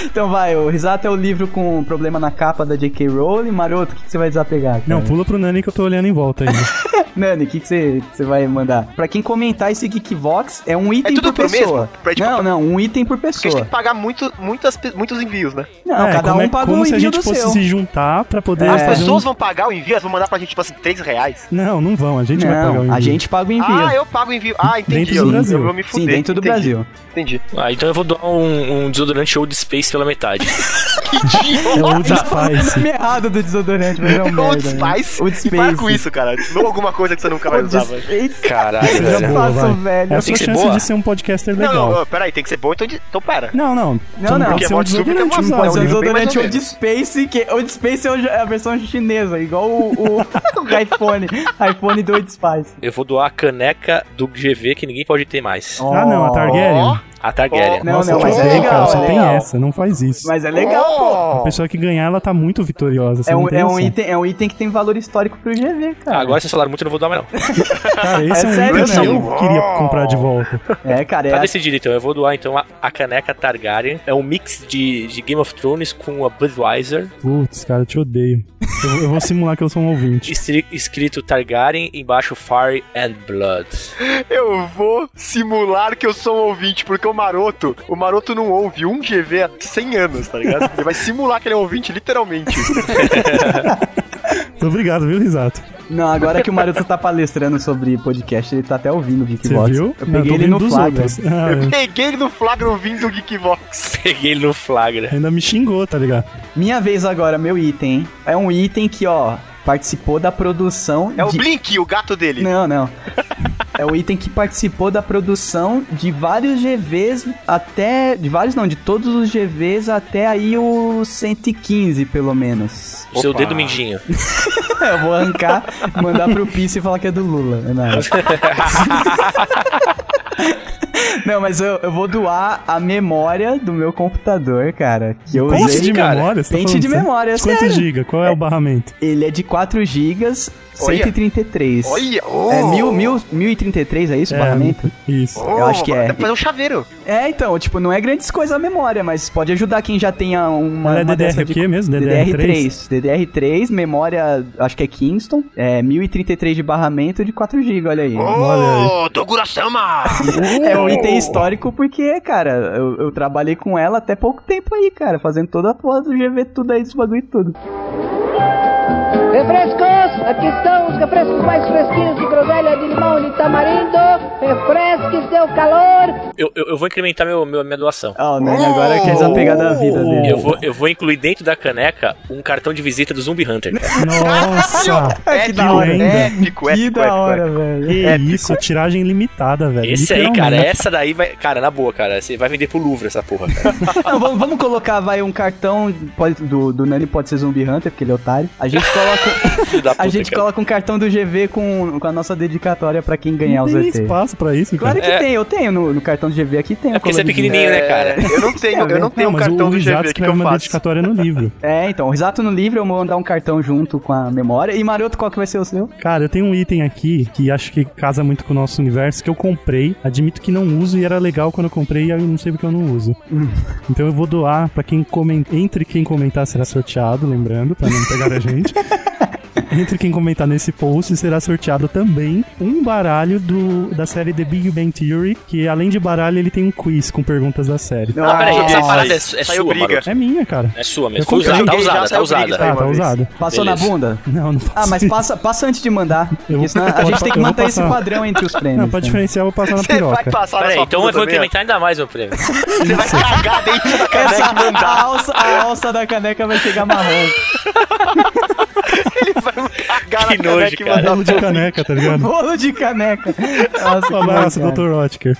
Então vai, o Risato é o livro com problema na capa da J.K. Rowling. Maroto, o que, que você vai desapegar? cara? Não, pula pro Nani que eu tô olhando em volta ainda. Nani, o que, que você, que você vai mandar? Pra quem comentar esse Geekvox, é um item É tudo por pro mesmo? pessoa. Pra gente- não, não, um item por Porque a gente tem pessoa. que pagar muito, muitas, pe- muitos envios, né? Não, É, cada como um é- paga como o se a envio gente do fosse seu. se juntar pra As poder É. As fazer um... pessoas vão pagar o envio, elas vão mandar pra gente, tipo assim, 3 reais. Não, não vão, a gente vai pagar o Não, envio. a gente paga o envio. Ah, eu pago o envio. Ah, entendi. Dentro do eu, eu Brasil. vou me Sim, fuder. dentro do entendi, Brasil. Entendi. Ah, então eu vou doar um, um desodorante Old Space <laughs> pela metade. É o Old Falando o Spice. nome errado Tá do desodorante, mas é <laughs> um Old merda, né? Spice. Old E para com Space. isso, cara. Não é alguma coisa que <laughs> você nunca vai Old usar, velho. Space. <laughs> Caralho, Eu Essa é velho. faço, vai. velho. É a sua que ser chance boa. de ser um podcaster Não, legal. não, peraí, tem que ser bom, então, de- então pera. Não, não. Não, não. Pode ser um Porque Mod Sub é desodorante, uma não boa, pode Mas o ser um- bem mais desodorante ou Old menos. Space, que Old Space é o- é a versão chinesa, igual o, <laughs> o iPhone, iPhone do Old Spice. Eu vou doar a caneca do GV que ninguém pode ter mais. Ah, não, a Targaryen. A Targaryen. Oh, Não, Nossa, não, te mas é odeio, legal, cara, é só tem legal. essa, não faz isso. Mas é legal, Oh! pô. A pessoa que ganhar, ela tá muito vitoriosa. você É não um, tem é, um noção. item, é um item que tem valor histórico pro GV, cara. Ah, agora vocês falaram muito, eu não vou doar mais não. Cara, esse É é, um sério, item que né? eu queria comprar de volta. É, cara, é Tá a- decidido então, eu vou doar então a, a caneca Targaryen. É um mix de, de Game of Thrones com a Budweiser, Putz, cara, eu te odeio. Eu, eu vou simular que eu sou um ouvinte. estri- escrito Targaryen, embaixo Fire and Blood. <laughs> Eu vou simular que eu sou um ouvinte, porque o Maroto, o Maroto não ouve um GV há 100 anos, tá ligado? <laughs> Ele vai simular que ele é um ouvinte, literalmente. Obrigado, viu, Risato? Não, agora que o Maroto tá palestrando sobre podcast, ele tá até ouvindo o Você Geekbox. viu? Eu Não, tô peguei ele ouvindo no dos flagra. outros. Ah, é. Peguei ele no flagra ouvindo o Geekbox. Peguei ele no flagra. ainda me xingou, tá ligado? Minha vez agora, meu item. hein? É um item que, ó, participou da produção. É o de... Blink, o gato dele. Não, não. É o item que participou da produção de vários GVs até. De vários não, de todos os GVs até aí o 115, pelo menos. O seu Opa. dedo mindinho. É. Eu vou arrancar, mandar pro Pisse e falar que é do Lula. É <laughs> nada. Não, mas eu, eu vou doar a memória do meu computador, é, cara. Que eu Pente usei. de cara. memória? Você tá Pente falando de sério? memória, é Quantos sério. giga? Qual é o barramento? Ele é de 4 GB, 133. Olha, oh. É mil, mil, 1033, é isso? o barramento? Isso. Oh, Eu acho que é. Dá pra fazer um chaveiro. É, então, tipo, não é grandes coisas a memória, mas pode ajudar quem já tenha uma. Ela é uma DDR dessa o quê mesmo? DDR3. DDR3? DDR3, memória, acho que é Kingston. É 1033 de barramento de 4GB, olha aí. Oh! Olha Ô, Togura-sama! É um item histórico porque, cara, eu, eu trabalhei com ela até pouco tempo aí, cara, fazendo toda a porra do GV, tudo aí, dos bagulho e tudo. Refrescos, aqui estão os refrescos mais fresquinhos de groselha, de limão, de tamarindo. Refresque seu calor. Eu, eu, eu vou incrementar meu, meu, minha doação. Ah, o Nene agora quer desapegar da vida dele. Eu vou, eu vou incluir dentro da caneca um cartão de visita do Zumbi Hunter. cara. <laughs> Nossa! É, Épico, da hora, hein? épico, épico, Que épico, da hora, épico. velho. Que isso, tiragem limitada, velho. Esse É, aí, cara, é Literalmente. essa daí vai. Cara, na boa, cara. Você vai vender pro Louvre essa porra, cara. Ah, Não, vamos, vamos colocar, vai, um cartão pode- do, do Nani pode ser Zumbi Hunter, porque ele é otário. A gente <laughs> coloca, Filho da a puta, é gente cara. coloca um cartão do GV com, com a nossa dedicatória pra quem ganhar o Não tem sorteio. espaço pra isso, cara. Claro que tem, eu tenho no, no cartão do GV aqui, tem. É porque você é pequenininho, né, cara? Eu não Tá tenho, eu não tenho Não, um mas cartão o do Risato GV que escreve eu uma faço. dedicatória no <laughs> livro. É, então, risato no livro, eu vou mandar um cartão junto com a memória. E Maroto, qual que vai ser o seu? Cara, eu tenho um item aqui que acho que casa muito com o nosso universo, que eu comprei, admito que não uso e era legal quando eu comprei e eu não sei porque eu não <laughs> uso. então eu vou doar pra quem comenta, entre quem comentar será sorteado, lembrando, pra não pegar <laughs> a gente. Entre quem comentar nesse post será sorteado também um baralho do, da série The Big Bang Theory, que além de baralho ele tem um quiz com perguntas da série. Ah, peraí, essa Nossa. parada é, é Saiu sua, briga. Maroto. É minha, cara. É sua Eu mesmo. Foi comprei. usada, tá Joguei já, usada, tá saiu briga, usada. Tá, uma tá vez. usado. Passou Beleza. na bunda? Não, não Ah, faço mas isso. passa, passa antes de mandar. Eu Porque vou- senão eu a vou gente tem que passar- eu vou manter esse passar. padrão entre os prêmios. né? Não, pra cara. diferenciar eu <laughs> vou passar na Você vai piroca. passar na Peraí, sua então eu bunda vou também, ó. incrementar ainda mais meu prêmio. Você vai cagar dentro da Essa, caneca. a, alça, a alça da caneca vai chegar marrom. Ele <laughs> vai cagar Que na nojo, caneca e cara. mandar Bolo de caneca, <laughs> tá ligado? Bolo de caneca. Nossa, que Um abraço, bom, cara. Dr. Otker.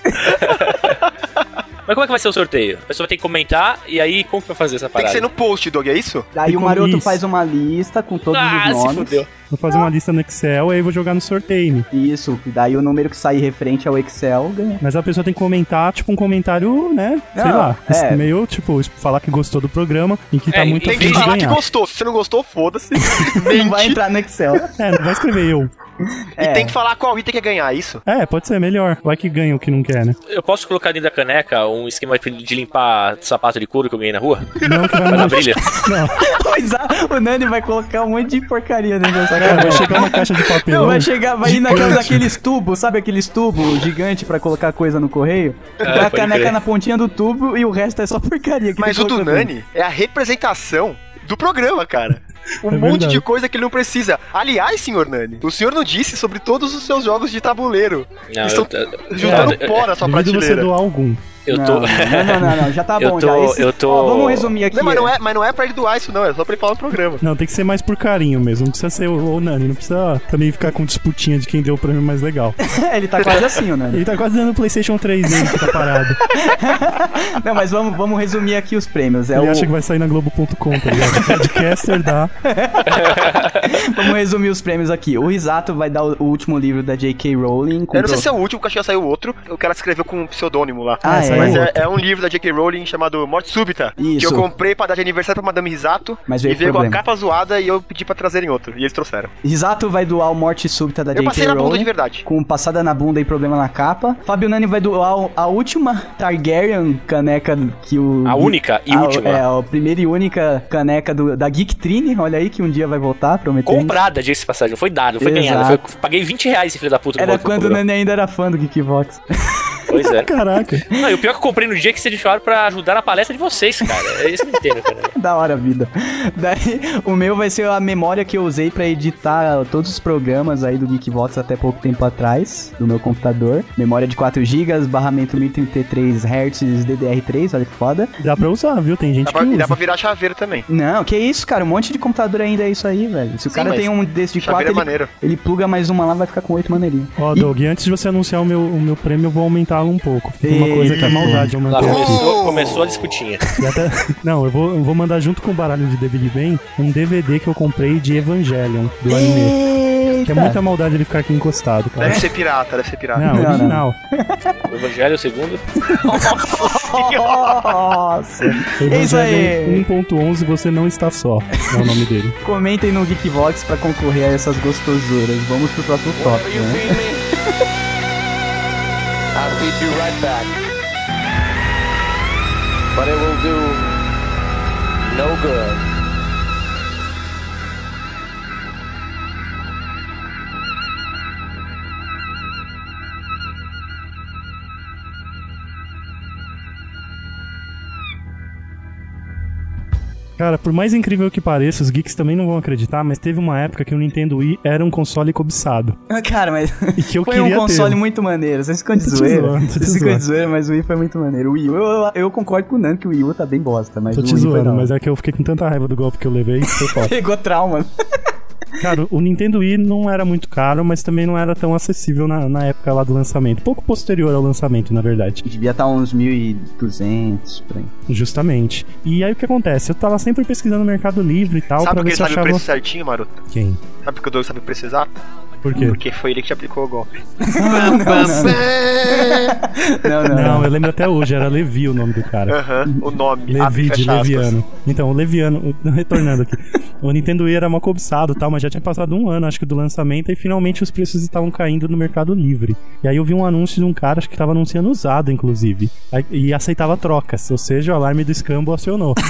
Mas como é que vai ser o sorteio? A pessoa vai ter que comentar e aí como que vai fazer essa Tem que parada? ser no post, Dog, é isso? Aí o Ficou Maroto isso. faz uma lista com todos Ah, os se nomes. fudeu. Vou fazer uma lista no Excel e aí vou jogar no sorteio. né? Isso, daí o número que sair referente ao Excel ganha. Mas a pessoa tem que comentar, tipo, um comentário, né? Sei Não, lá. é. Meio, tipo, falar que gostou do programa e que tá É, muito Tem tem afim que de falar que ganhar. gostou. Se você não gostou, foda-se. Não vai Mente. entrar no Excel. <laughs> É, não vai escrever eu. É. E tem que falar qual item quer ganhar, é isso? É, pode ser melhor. Vai que ganha o que não quer, né? Eu posso colocar dentro da caneca um esquema de limpar sapato de couro que eu ganhei na rua? Não, que vai Mas na mandar. brilha. Pois é, o Nani vai colocar um monte de porcaria dentro É, dessa Cara, vai caneca. chegar uma caixa de papelão. Não, vai chegar, vai ir naquela Gigante. daqueles tubos, sabe aqueles tubos gigante pra colocar coisa no correio? Vai a É, pode caneca crer. na pontinha do tubo e o resto é só porcaria. que Mas ele o do colocou dentro. Nani é a representação do programa, cara. Um É monte verdade. de coisa que ele não precisa. Aliás, senhor Nani, o senhor não disse sobre todos os seus jogos de tabuleiro. Não, Estão eu, juntando eu- pó na sua Duvido você prateleira. doar algum. eu não, tô. Não, não, não, não, já tá Eu bom. tô- já. Esse- eu tô- ó, vamos resumir aqui. Não, mas não, é, mas não é pra ele doar isso, não. É só pra ele falar no programa. Não, tem que ser mais por carinho mesmo. Não precisa ser o, o Nani. Não precisa também ficar com disputinha de quem deu o prêmio mais legal. <laughs> ele tá quase assim, o Nani. Ele tá quase dando o PlayStation 3 dele que tá parado. Não, mas vamos, vamos resumir aqui os prêmios. É Ele o- acha que vai sair na Globo.com, tá ligado? Podcaster da. Vamos resumir os prêmios aqui. O Risato vai dar o, o último livro da J.K. Rowling. Eu não sei comprou- se é o último, porque acho que já saiu outro. O cara escreveu com um pseudônimo lá. Ah, é? Mas é, outro. é um livro da J.K. Rowling chamado Morte Súbita. Que Isso. eu comprei pra dar de aniversário pra Madame Risato. Mas e veio veio com a problema. capa zoada e eu pedi pra trazerem outro. E eles trouxeram. Risato vai doar o Morte Súbita da eu J.K. passei na bunda de Rowling. verdade. Com passada na bunda e problema na capa. Fábio Nani vai doar o- a última Targaryen caneca que o. A única e a- última. É, a primeira e única caneca do, da Geek Trine. Olha aí que um dia vai voltar, prometendo. <laughs> Comprada, disse passagem, não foi dada, não foi Exato. ganhada. Foi, paguei 20 reais esse filho da puta que Era botou no quando né? o programa. Nani ainda era fã do Geekbox. Pois é. Caraca. Não, e o pior é que eu comprei no dia que vocês deixaram pra ajudar na palestra de vocês, cara. É isso que eu entendo, cara. Da hora, vida. Daí, o meu vai ser a memória que eu usei pra editar todos os programas aí do Geekbox até pouco tempo atrás, do meu computador. Memória de 4 GB, barramento 1033 Hz DDR3, olha que foda. Dá pra usar, viu? Tem gente Dá que pra, e dá pra usa. virar chaveiro também. Não, que isso, cara, um monte de computador ainda é isso aí, velho. Se o cara mas tem um desse de 4, chaveiro é ele, maneiro. ele pluga mais uma lá, vai ficar com 8 maneirinho. Ó, E- Doug, antes de você anunciar o meu, o meu prêmio, eu vou aumentá-lo um pouco. Tem uma coisa que é Eita, maldade aumentar Lá aqui. Oh! começou, começou a disputinha. E até- <laughs> Não, eu vou, eu vou mandar junto com o baralho de David Ben um DVD que eu comprei de Evangelion, do anime. Que é muita maldade ele ficar aqui encostado, cara. Deve ser pirata, deve ser pirata. Não, Não, não. original. O Evangelho, é o segundo. Nossa! É isso aí! Evangelho 1.11, você não está só. É o nome dele. Comentem no Geekbox pra concorrer a essas gostosuras. Vamos pro próximo tópico, né? I'll feed you right back. But it will do no good. Cara, por mais incrível que pareça, os geeks também não vão acreditar, mas teve uma época que o Nintendo Wii era um console cobiçado. Ah, Cara, mas E que eu foi um queria console ter. muito maneiro. Vocês ficam de Tô te zoeira. zoando, tô te Vocês ficam de zoando. zoeira, mas o Wii foi muito maneiro. O Wii U, eu, eu concordo com o Nan que o Wii U tá bem bosta, mas Tô o te Wii foi da zoando, hora. mas é que eu fiquei com tanta raiva do golpe que eu levei. que <laughs> Foi foda. Pegou trauma. Cara, o Nintendo Wii não era muito caro, mas também não era tão acessível na, na época lá do lançamento. Pouco posterior ao lançamento, na verdade. Devia estar uns 1.200 por aí. Justamente. E aí o que acontece? Eu tava sempre pesquisando no Mercado Livre e tal, Sabe pra porque ver ele se eu tá sabe achava. o preço certinho, maroto? Quem? Sabe porque o Doug sabe o preço exato? Por quê? Porque foi ele que te aplicou o golpe. Não, não, não. Não, não, não. Não, eu lembro até hoje, era Levi o nome do cara. Aham, o nome. abre e Levi, de fecha aspas. Leviano. Então, o Leviano, o- <laughs> retornando aqui. O Nintendo Wii era mó cobiçado e tal, mas já tinha passado um ano, acho que, do lançamento, e finalmente os preços estavam caindo no Mercado Livre. E aí eu vi um anúncio de um cara, acho que tava anunciando usado, inclusive, aí- e aceitava trocas, ou seja, o alarme do escambo acionou. <laughs>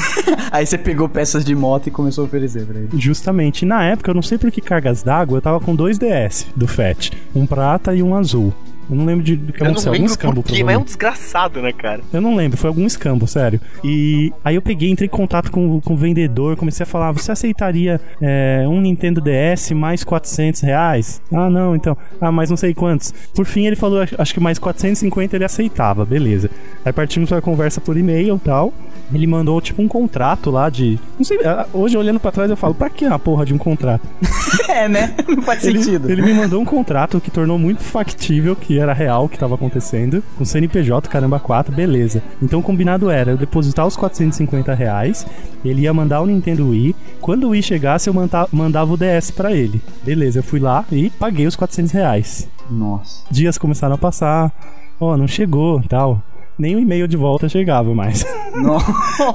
Aí você pegou peças de moto e começou a oferecer pra ele. Justamente. Na época, eu não sei por que cargas d'água, eu tava com dois DS do FET, um prata e um azul. Eu não lembro de do que Eu aconteceu, não algum lembro escambo, porquê, mas é um provavelmente. desgraçado, né, cara? Eu não lembro, foi algum escambo, sério. E aí eu peguei, entrei em contato com, com o vendedor, comecei a falar: você aceitaria é, um Nintendo DS mais 400 reais? Ah, não, então. Ah, mais não sei quantos. Por fim, ele falou: "Acho- acho que mais 450 ele aceitava, beleza. Aí partimos pra conversa por e-mail e tal. Ele mandou tipo um contrato lá de. Não sei, ah, hoje olhando pra trás eu falo: pra que a porra de um contrato? É, né? <laughs> Não faz Ele- sentido. Ele, me mandou um contrato que tornou muito factível que era real o que estava acontecendo. Um CNPJ, caramba, 4, beleza. Então o combinado era eu depositar os 450 reais, ele ia mandar o Nintendo Wii. Quando o Wii chegasse, eu manta- mandava o DS pra ele. Beleza, eu fui lá e paguei os 400 reais. Nossa. Dias começaram a passar, ó, não chegou tal. Nem o e-mail de volta chegava mais.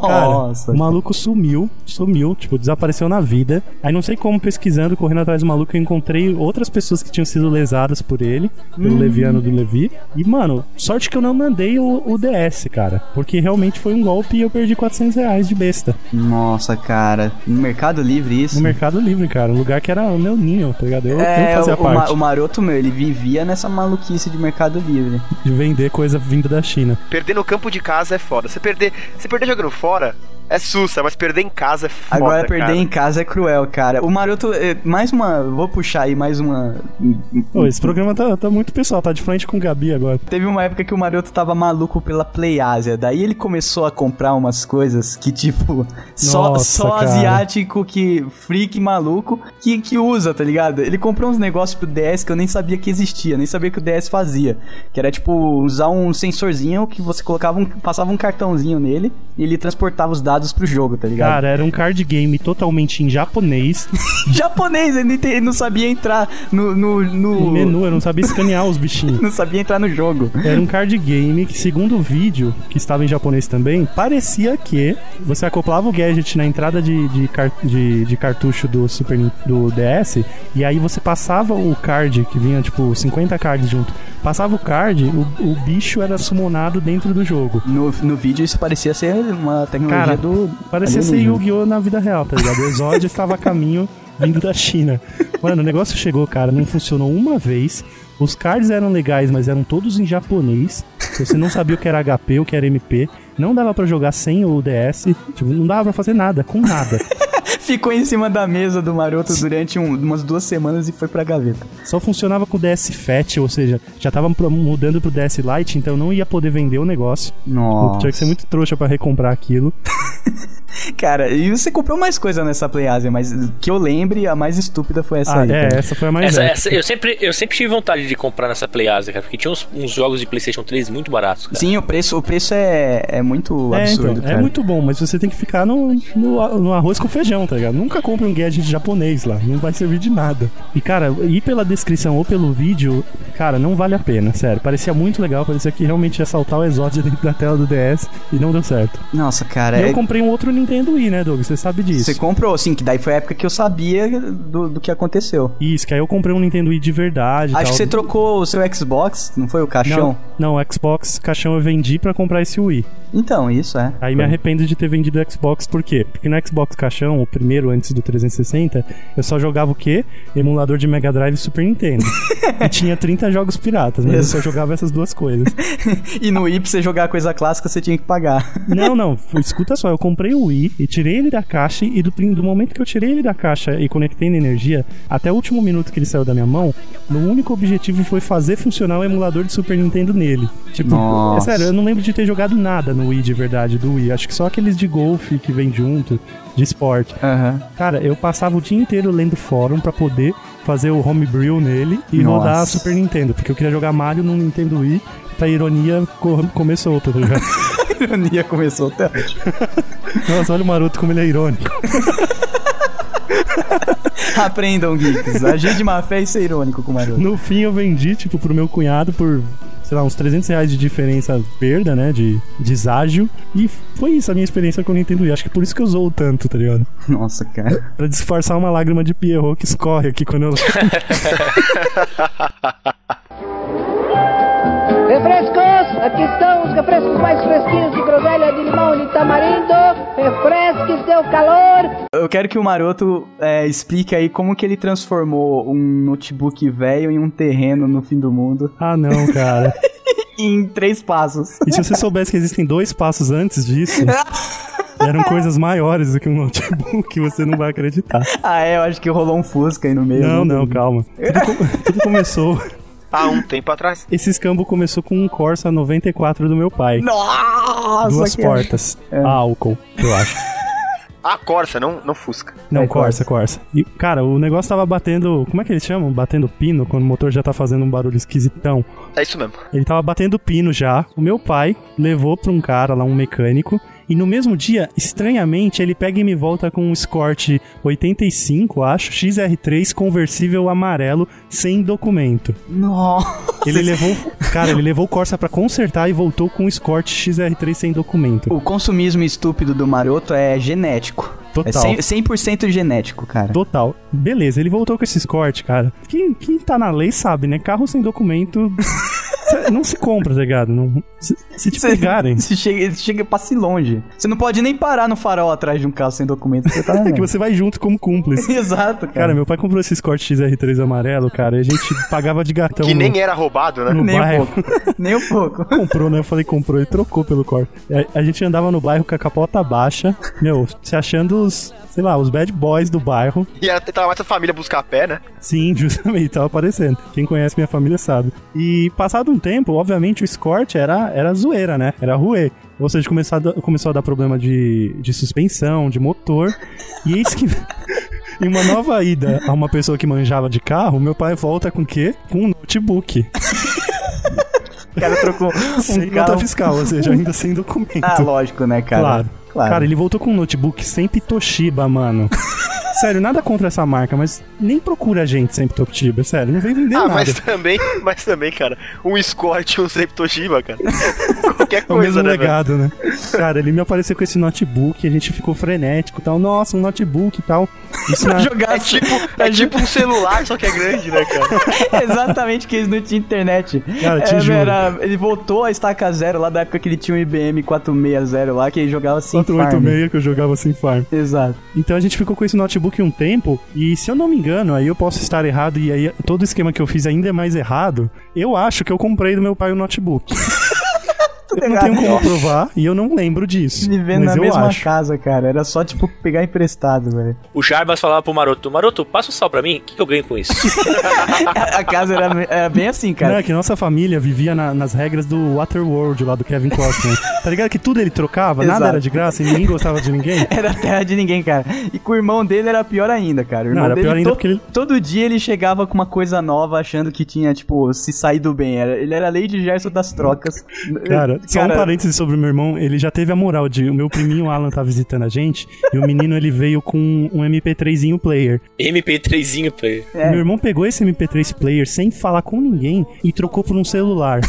Cara, Nossa. o maluco sumiu, sumiu, tipo, desapareceu na vida. Aí não sei como, pesquisando, correndo atrás do maluco, eu encontrei outras pessoas que tinham sido lesadas por ele, pelo Leviano do Levi. E, mano, sorte que eu não mandei o, o DS, cara. Porque realmente foi um golpe e eu perdi 400 reais de besta. Nossa, cara. No Mercado Livre isso? No Mercado Livre, cara. Um lugar que era o meu ninho, tá ligado? Eu, eu É, fazia o, o ma- parte o maroto meu, ele vivia nessa maluquice de Mercado Livre. de vender coisa vinda da China. Perder no campo de casa é foda. Você perder, você perder jogando fora é sussa, mas perder em casa é foda. Agora perder cara. em casa é cruel, cara. O Maroto, eh, mais uma. Vou puxar aí mais uma. Ô, esse programa tá, tá muito pessoal, tá de frente com o Gabi agora. Teve uma época que o Maroto tava maluco pela Playasia. Daí ele começou a comprar umas coisas que, tipo, só, Nossa, só cara. asiático que. freak maluco que, que usa, tá ligado? Ele comprou uns negócios pro DS que eu nem sabia que existia, nem sabia que o DS fazia. Que era tipo usar um sensorzinho que você colocava um. passava um cartãozinho nele e ele transportava os dados pro jogo, tá ligado? Cara, era um card game totalmente em <laughs> japonês, japonês, ele, te- ele não sabia entrar no. no, no- em um menu, eu não sabia escanear os bichinhos. Não sabia entrar no jogo. Era um card game que, segundo o vídeo, que estava em japonês também, parecia que você acoplava o gadget na entrada de, de, car- de- de cartucho do Super Nin- do DS, e aí você passava o card, que vinha tipo 50 cards junto, passava o card, o, o bicho era summonado dentro do jogo. No, no vídeo isso parecia ser uma tecnologia Cara, do. Parecia ser alienígena. Yu-Gi-Oh! na vida real, tá ligado? O Exódio estava a caminho vindo da China. Mano, o negócio chegou, cara, não funcionou uma vez. Os cards eram legais, mas eram todos em japonês. Você não sabia o que era HP, o que era MP. Não dava pra jogar sem o DS. Tipo, não dava pra fazer nada, com nada. Ficou em cima da mesa do maroto durante um- umas duas semanas e foi pra gaveta. Só funcionava com o DS Fat, ou seja, já tava pro- mudando pro DS Lite, então não ia poder vender o negócio. Nossa. Tinha que ser muito trouxa pra recomprar aquilo. Cara, e você comprou mais coisa nessa PlayAsia, mas que eu lembre, a mais estúpida foi essa ah, aí. é, cara. essa foi a mais Essa- velha. essa- eu, sempre, eu sempre tive vontade de comprar nessa PlayAsia, cara, porque tinha uns, uns jogos de PlayStation 3 muito baratos, cara. Sim, o preço, o preço é, é muito É, absurdo, então, cara. é muito bom, mas você tem que ficar no, no, a- no arroz com feijão, tá ligado? Nunca compre um gadget japonês lá, não vai servir de nada. E, cara, ir pela descrição ou pelo vídeo, cara, não vale a pena, sério. Parecia muito legal, parecia que realmente ia saltar o exódio <laughs> dentro da tela do DS e não deu certo. Nossa, cara, E é- eu comprei um outro Nintendo Wii, né, Doug? Você sabe disso. você comprou, assim, que daí foi a época que eu sabia do, do que aconteceu. Isso, que aí eu comprei um Nintendo Wii de verdade. e Acho tal. que você trocou o seu Xbox, não foi o caixão? Não, não, o Xbox caixão eu vendi pra comprar esse Wii. Então, isso é. Aí me arrependo de ter vendido o Xbox, por quê? Porque no Xbox caixão, o primeiro antes do 360, eu só jogava o quê? Emulador de Mega Drive e Super Nintendo. e tinha 30 jogos piratas, mas eu só jogava essas duas coisas. E no Wii, pra você jogar a coisa clássica, você tinha que pagar. Não, não, escuta só, eu comprei o Wii e tirei ele da caixa e do, prim- do momento que eu tirei ele da caixa e conectei na energia, até o último minuto que ele saiu da minha mão, meu único objetivo foi fazer funcionar o emulador de Super Nintendo nele. Tipo, Nossa. é sério, eu não lembro de ter jogado nada no Wii de verdade, do Wii. Acho que só aqueles de golfe que vem junto, de esporte. Aham. Cara, eu passava o dia inteiro lendo fórum pra poder fazer o homebrew nele e Nossa. rodar Super Nintendo, porque eu queria jogar Mario no Nintendo Wii. Pra ironia, co- começou, tá ligado? <laughs> A ironia começou até hoje. Nossa, olha o Maroto como ele é irônico. Aprendam, geeks. Agir de má fé e ser irônico com o Maroto. No fim, eu vendi, tipo, pro meu cunhado por, sei lá, uns 300 reais de diferença perda, né? De deságio. E foi isso a minha experiência com o Nintendo Wii. Acho que por isso que eu zoou tanto, tá ligado? Nossa, cara. Pra disfarçar uma lágrima de Pierrot que escorre aqui quando eu... Refrescos, aqui estão os refrescos mais fresquinhos de groselha, de limão, de tamarindo. Refresque seu calor. Eu quero que o Maroto é, explique aí como que ele transformou um notebook velho em um terreno no fim do mundo Ah, não, cara. em três passos. <laughs> E se você soubesse que existem dois passos antes disso... Eram coisas maiores do que um notebook, você não vai acreditar. Ah, é, eu acho que rolou um Fusca aí no meio. Não, né? não, calma. Tudo, com- tudo começou. Há um tempo atrás. Esse escambo começou com um Corsa 94 do meu pai. Nossa, Duas cara. portas. Ah, Álcool, eu acho. Ah, Corsa, não, não Fusca. Não, É, Corsa, Corsa. E, cara, o negócio tava batendo. Como é que eles chamam? Batendo pino, quando o motor já tá fazendo um barulho esquisitão. É isso mesmo. Ele tava batendo pino já. O meu pai levou pra um cara lá, um mecânico. E no mesmo dia, estranhamente, ele pega e me volta com um Escort 85, acho, XR3 conversível amarelo, sem documento. Nossa. Ele levou, cara, ele levou o Corsa pra consertar e voltou com um Escort XR3 sem documento. O consumismo estúpido do Maroto é genético. Total. É 100%, 100% genético, cara. Total. Beleza, ele voltou com esses cortes, cara. Quem, quem tá na lei sabe, né? Carro sem <laughs> documento. cê- não se compra, tá ligado? Não- se, se te <laughs> pegarem. Você chega, você chega passe longe. Você não pode nem parar no farol atrás de um carro sem documento. Você tá na <laughs> É que merda. você vai junto como <laughs> cúmplice. Exato, cara. Cara, meu pai comprou esse Escort XR3 amarelo, cara, e a gente pagava de gatão. que no- nem era roubado, né? no nem bairro. um pouco. <laughs> nem um pouco. <laughs> comprou, né? Eu falei, comprou, ele trocou pelo corte. A, a gente andava no bairro com a capota baixa, meu, se achando os, sei lá, os bad boys do bairro. E ela tentava mais a família buscar a pé, né? Sim, <laughs> justamente, tava aparecendo. Quem conhece minha família sabe. E passado um tempo, obviamente, o Escort era, era zoeira, né? Era ruê. Ou seja, começou a, da- começou a dar problema de, de suspensão, de motor. E eis que. <laughs> em uma nova ida a uma pessoa que manjava de carro, meu pai volta com o quê? Com um notebook. O cara trocou um <laughs> sem nota carro. fiscal, ou seja, ainda sem documento. Ah, lógico, né, cara? Claro. <laughs> Cara, ele voltou com um notebook sempre Toshiba, <laughs> mano. sério, nada contra essa marca, mas nem procura a gente sempre Toshiba, sério. Não vem vender Ah, nada. É mas também, mas também, cara, um Escort e um Sempre Toshiba, cara. <laughs> Qualquer É o mesmo coisa, né, velho? legado, né? Cara, ele me apareceu com esse notebook, a gente ficou frenético e tal. Nossa, um notebook e tal. Isso <laughs> na... Jogar <laughs> É tipo, é tipo um celular, só que é grande, né, cara? exatamente que eles não tinham internet. É, Cara, te juro. era- ele voltou a estaca zero lá da época que ele tinha um IBM 460 lá, que ele jogava assim. 486 que eu jogava sem farm. Exato. Então a gente ficou com esse notebook um tempo, e se eu não me engano, aí eu posso estar errado, e aí todo o esquema que eu fiz ainda é mais errado. Eu acho que eu comprei do meu pai o notebook. Eu não tenho como <laughs> provar e eu não lembro disso. <laughs> Vivendo na mas eu mesma acho. casa, cara. Era só, tipo, pegar emprestado, velho. O Jarbas falava pro Maroto, Maroto, passa o sal pra mim, o que, que eu ganho com isso? <laughs> A a casa era, era bem assim, Não, cara. é que nossa família vivia na- nas regras do Waterworld lá do Kevin Costner. tá ligado? Que tudo ele trocava, nada Exato. era de graça e ninguém gostava de ninguém. <laughs> Era terra de ninguém, cara. E com o irmão dele era pior ainda, cara. O irmão Não, era dele pior ainda to- porque ele- todo dia ele chegava com uma coisa nova achando que tinha, tipo, se saído bem. Era- ele era a Lady Gerson das trocas. <laughs> Cara, só um Cara, parênteses sobre o meu irmão, ele já teve a moral de o meu priminho Alan tá visitando a gente e o menino ele veio com um MP3zinho player. MP3zinho pra ele. É. O meu irmão pegou esse MP3 player sem falar com ninguém e trocou por um celular.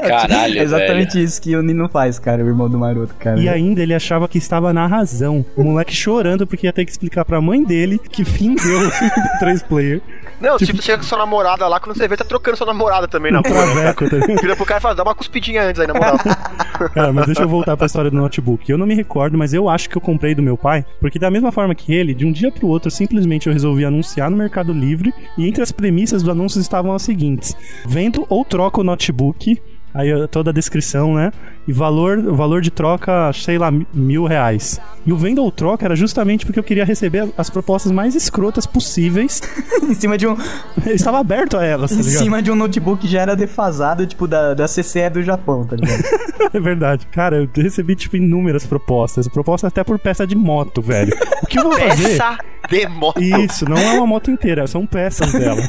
Caralho, É <laughs> exatamente isso que o Nino faz, cara, o irmão do Maroto, cara. E ainda ele achava que estava na razão. O moleque chorando porque ia ter que explicar pra mãe dele que fim deu o MP3 player. <laughs> Não, tipo, chega com sua namorada lá, quando você vê, tá trocando sua namorada também na porra. Traveco, tá ligado? Vira pro cara e fala, dá uma cuspidinha antes aí, <laughs> na moral. Cara, Ah, mas deixa eu voltar pra história do notebook. Eu não me recordo, mas eu acho que eu comprei do meu pai, porque da mesma forma que ele, de um dia pro outro, simplesmente eu resolvi anunciar no Mercado Livre, e entre as premissas do anúncio estavam as seguintes: vendo ou troca o notebook. Aí eu- toda a descrição, né? E valor, valor de troca, sei lá, mi- mil reais. E o venda ou troca era justamente porque eu queria receber as propostas mais escrotas possíveis. <laughs> <laughs> em cima de um, Eu estava aberto a elas, tá em ligado? cima de um notebook que já era defasado, tipo, da, da CCE do Japão, tá ligado? <laughs> <laughs> É verdade. Cara, eu recebi, tipo, inúmeras propostas. Propostas até por peça de moto, velho. O que eu vou É, fazer? Peça de moto. Isso, não é uma moto inteira, são peças dela.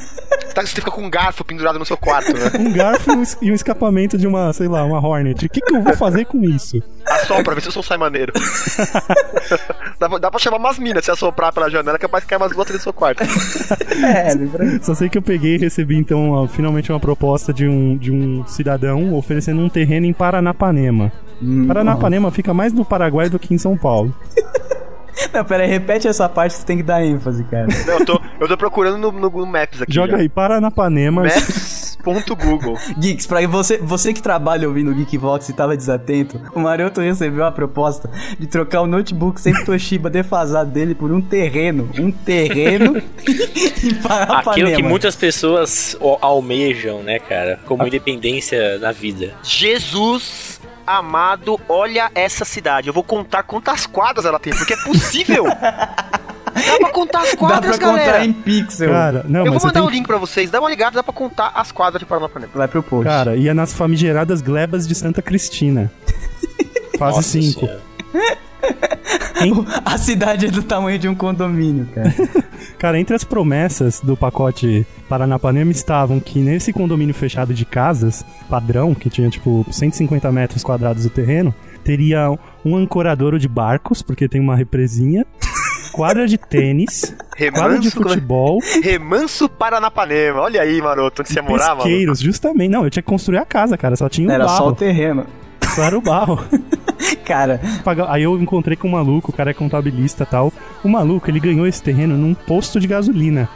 Tá, você fica com um garfo pendurado no seu quarto, né? Um garfo e um es- e um escapamento de uma, sei lá, uma Hornet. O que, que eu vou fazer com isso? Assopra, vê se o som <laughs> sai maneiro. dá, pra- dá pra chamar umas minas se assoprar pela janela, capaz que cai umas duas, três no seu quarto. é, lembra? Só sei que eu peguei e recebi, então, ó, finalmente uma proposta de um, de um cidadão oferecendo um terreno em Paranapanema. Paranapanema fica mais no Paraguai do que em São Paulo. Não, pera aí, repete essa parte que você tem que dar ênfase, cara. Não, eu tô, eu tô procurando no, no Google Maps aqui. Joga já. aí, Paranapanema. Maps.google. Geeks, pra você, você que trabalha ouvindo o Geekvox e tava desatento, o Maroto recebeu a proposta de trocar o notebook sempre Toshiba defasado dele por um terreno. Um terreno <laughs> em Aquilo Parapanema. que muitas pessoas o- almejam, né, cara? Ah. Como independência na vida. Jesus amado, olha essa cidade. Eu vou contar quantas quadras ela tem, porque é possível. Dá pra contar as Dá quadras, pra contar galera. em pixel. Cara, não, então, eu mas vou você mandar um tem o link pra vocês, dá uma ligada, dá pra contar as quadras de Paranapanema. Vai pro post. Cara, ia nas famigeradas glebas de Santa <laughs> Cristina. Fase Nossa 5. Senhora. A cidade é do tamanho de um condomínio, cara. É, Cara, entre as promessas do pacote Paranapanema estavam que nesse condomínio fechado de casas, padrão, que tinha tipo 150 metros quadrados do terreno, teria um ancoradouro de barcos, porque tem uma <laughs> represinha, quadra de tênis, quadra de Remanso, né? como é? futebol, Remanso Paranapanema. Olha aí, maroto, onde você ia né? morar, mano. pesqueiros, justamente. Não, eu tinha que construir a casa, cara, só tinha um Era só o barro. terreno. Só era o barro. Cara, pagar- Aí eu encontrei com um maluco, o cara é contabilista e tal. O maluco, ele ganhou esse terreno num posto de gasolina.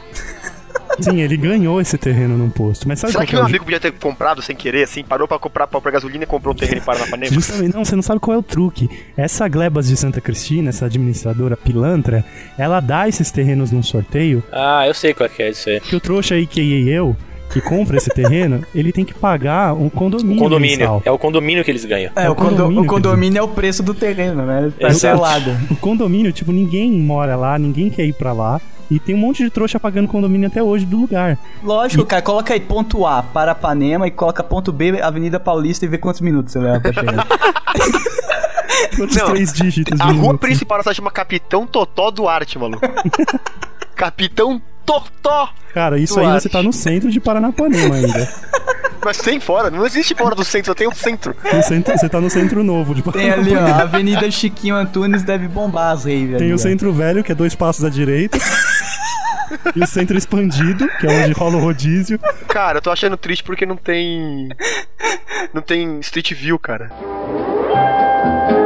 Sim, ele ganhou esse terreno num posto. Mas sabe Será qual que é meu o amigo podia ter comprado sem querer, assim? Parou pra comprar pra pra gasolina e comprou um terreno em <laughs> Paranapanema? Justamente, não, você não sabe qual é o truque. Essa Glebas de Santa Cristina, essa administradora pilantra, ela dá esses terrenos num sorteio Ah, eu sei qual é que é isso aí. que o trouxa aí, que eu, que compra esse terreno, ele tem que pagar um condomínio. Condomínio. mensal. É o condomínio que eles <laughs> ganham. é, É o, condo- condomínio, o condomínio é o preço do terreno, né? Parcelado. O condomínio, tipo, ninguém mora lá, ninguém quer ir pra lá. E tem um monte de trouxa pagando condomínio até hoje do lugar. Lógico, cara, coloca aí ponto A, Parapanema, e coloca ponto B, Avenida Paulista, e vê quantos minutos você leva pra chegar. Quantos Não, três dígitos A de rua minuto? principal dessa chama Capitão Totó <laughs> Duarte, maluco. Capitão Totó! Cara, isso aí Duarte. você tá no centro de Paranapanema ainda. Mas tem fora, não existe fora do centro, só tem um centro. No centro- você tá no centro novo de Tem Paranapanema. ali, ó, a Avenida Chiquinho Antunes deve bombar as raves Tem ali, ó. o centro velho, que é dois passos à direita. e o centro expandido, que é onde rola o rodízio. Cara, eu tô achando triste porque não tem. Não tem Street View, cara.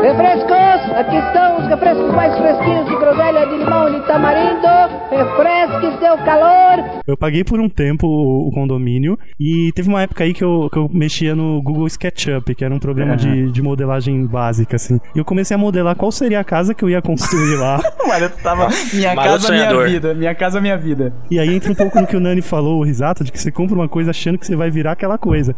Refrescos, aqui estão os refrescos mais fresquinhos de groselha, de limão e de tamarindo. Refresque seu calor. Eu paguei por um tempo o, o condomínio e teve uma época aí que eu, que eu mexia no Google SketchUp, que era um programa de, de modelagem básica, assim. E eu comecei a modelar qual seria a casa que eu ia construir lá. Mano, tu tava. Minha maroto casa, minha sonhador. vida. Minha casa, minha vida. E aí entra um pouco no que o Nani falou, o risato, de que você compra uma coisa achando que você vai virar aquela coisa.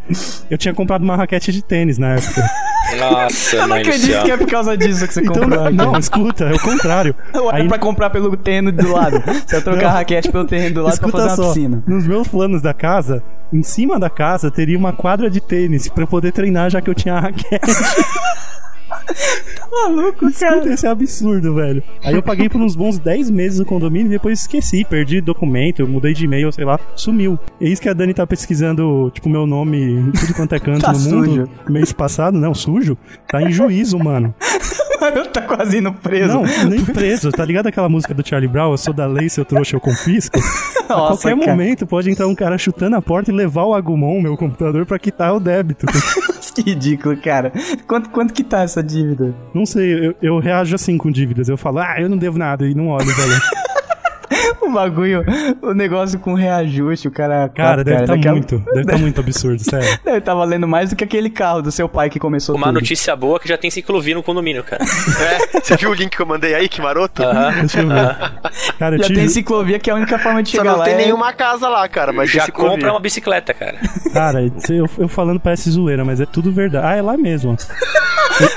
Eu tinha comprado uma raquete de tênis na época. Nossa, Eu não mãe do acredito céu. que é por causa disso que você <laughs> Então, comprou não, aqui. não, escuta, é o contrário. <laughs> Eu era Aí- pra comprar pelo terreno do lado. Você ia trocar Não. a raquete pelo terreno do lado pra fazer uma "Ah, piscina. Nos meus planos da casa, em cima da casa teria uma quadra de tênis pra eu poder treinar já que eu tinha a raquete. Maluco, Escuta, esse é absurdo, velho. Aí eu paguei por uns bons 10 meses no condomínio e depois esqueci, perdi documento, eu mudei de e-mail, sei lá, sumiu. Eis que a Dani tá pesquisando, tipo, meu nome em tudo quanto é canto Tá no mundo. sujo. Mês passado, não, sujo. Tá em juízo, mano. <laughs> cara. Tá quase indo preso. Não, nem preso. Tá ligado aquela música do Charlie Brown? Eu sou da lei, seu trouxa, eu confisco? a Nossa, qualquer cara. momento pode entrar um cara chutando a porta e levar o Agumon, meu computador, pra quitar o débito. <laughs> Que ridículo, cara. Quanto, quanto que tá essa dívida? não sei, eu, eu reajo assim com dívidas. Eu falo, ah, eu não devo nada e não olho, velho. O bagulho, o negócio com reajuste, o cara. Cara, deve tá daqui a- <laughs> muito, deve tá muito absurdo, sério. Deve tá valendo mais do que aquele carro do seu pai que começou Uma tudo. notícia boa é que já tem ciclovia no <laughs> condomínio, cara. É, <laughs> você viu o link que eu mandei aí, que maroto? Aham. Deixa eu ver. Cara, eu Já tive, tem ciclovia que é a única forma de Só chegar não lá. tem é- nenhuma casa lá, cara, mas Já tem ciclovia. compra uma bicicleta, cara. cara, eu, eu falando parece zoeira, mas é tudo verdade. Ah, é <laughs> lá mesmo.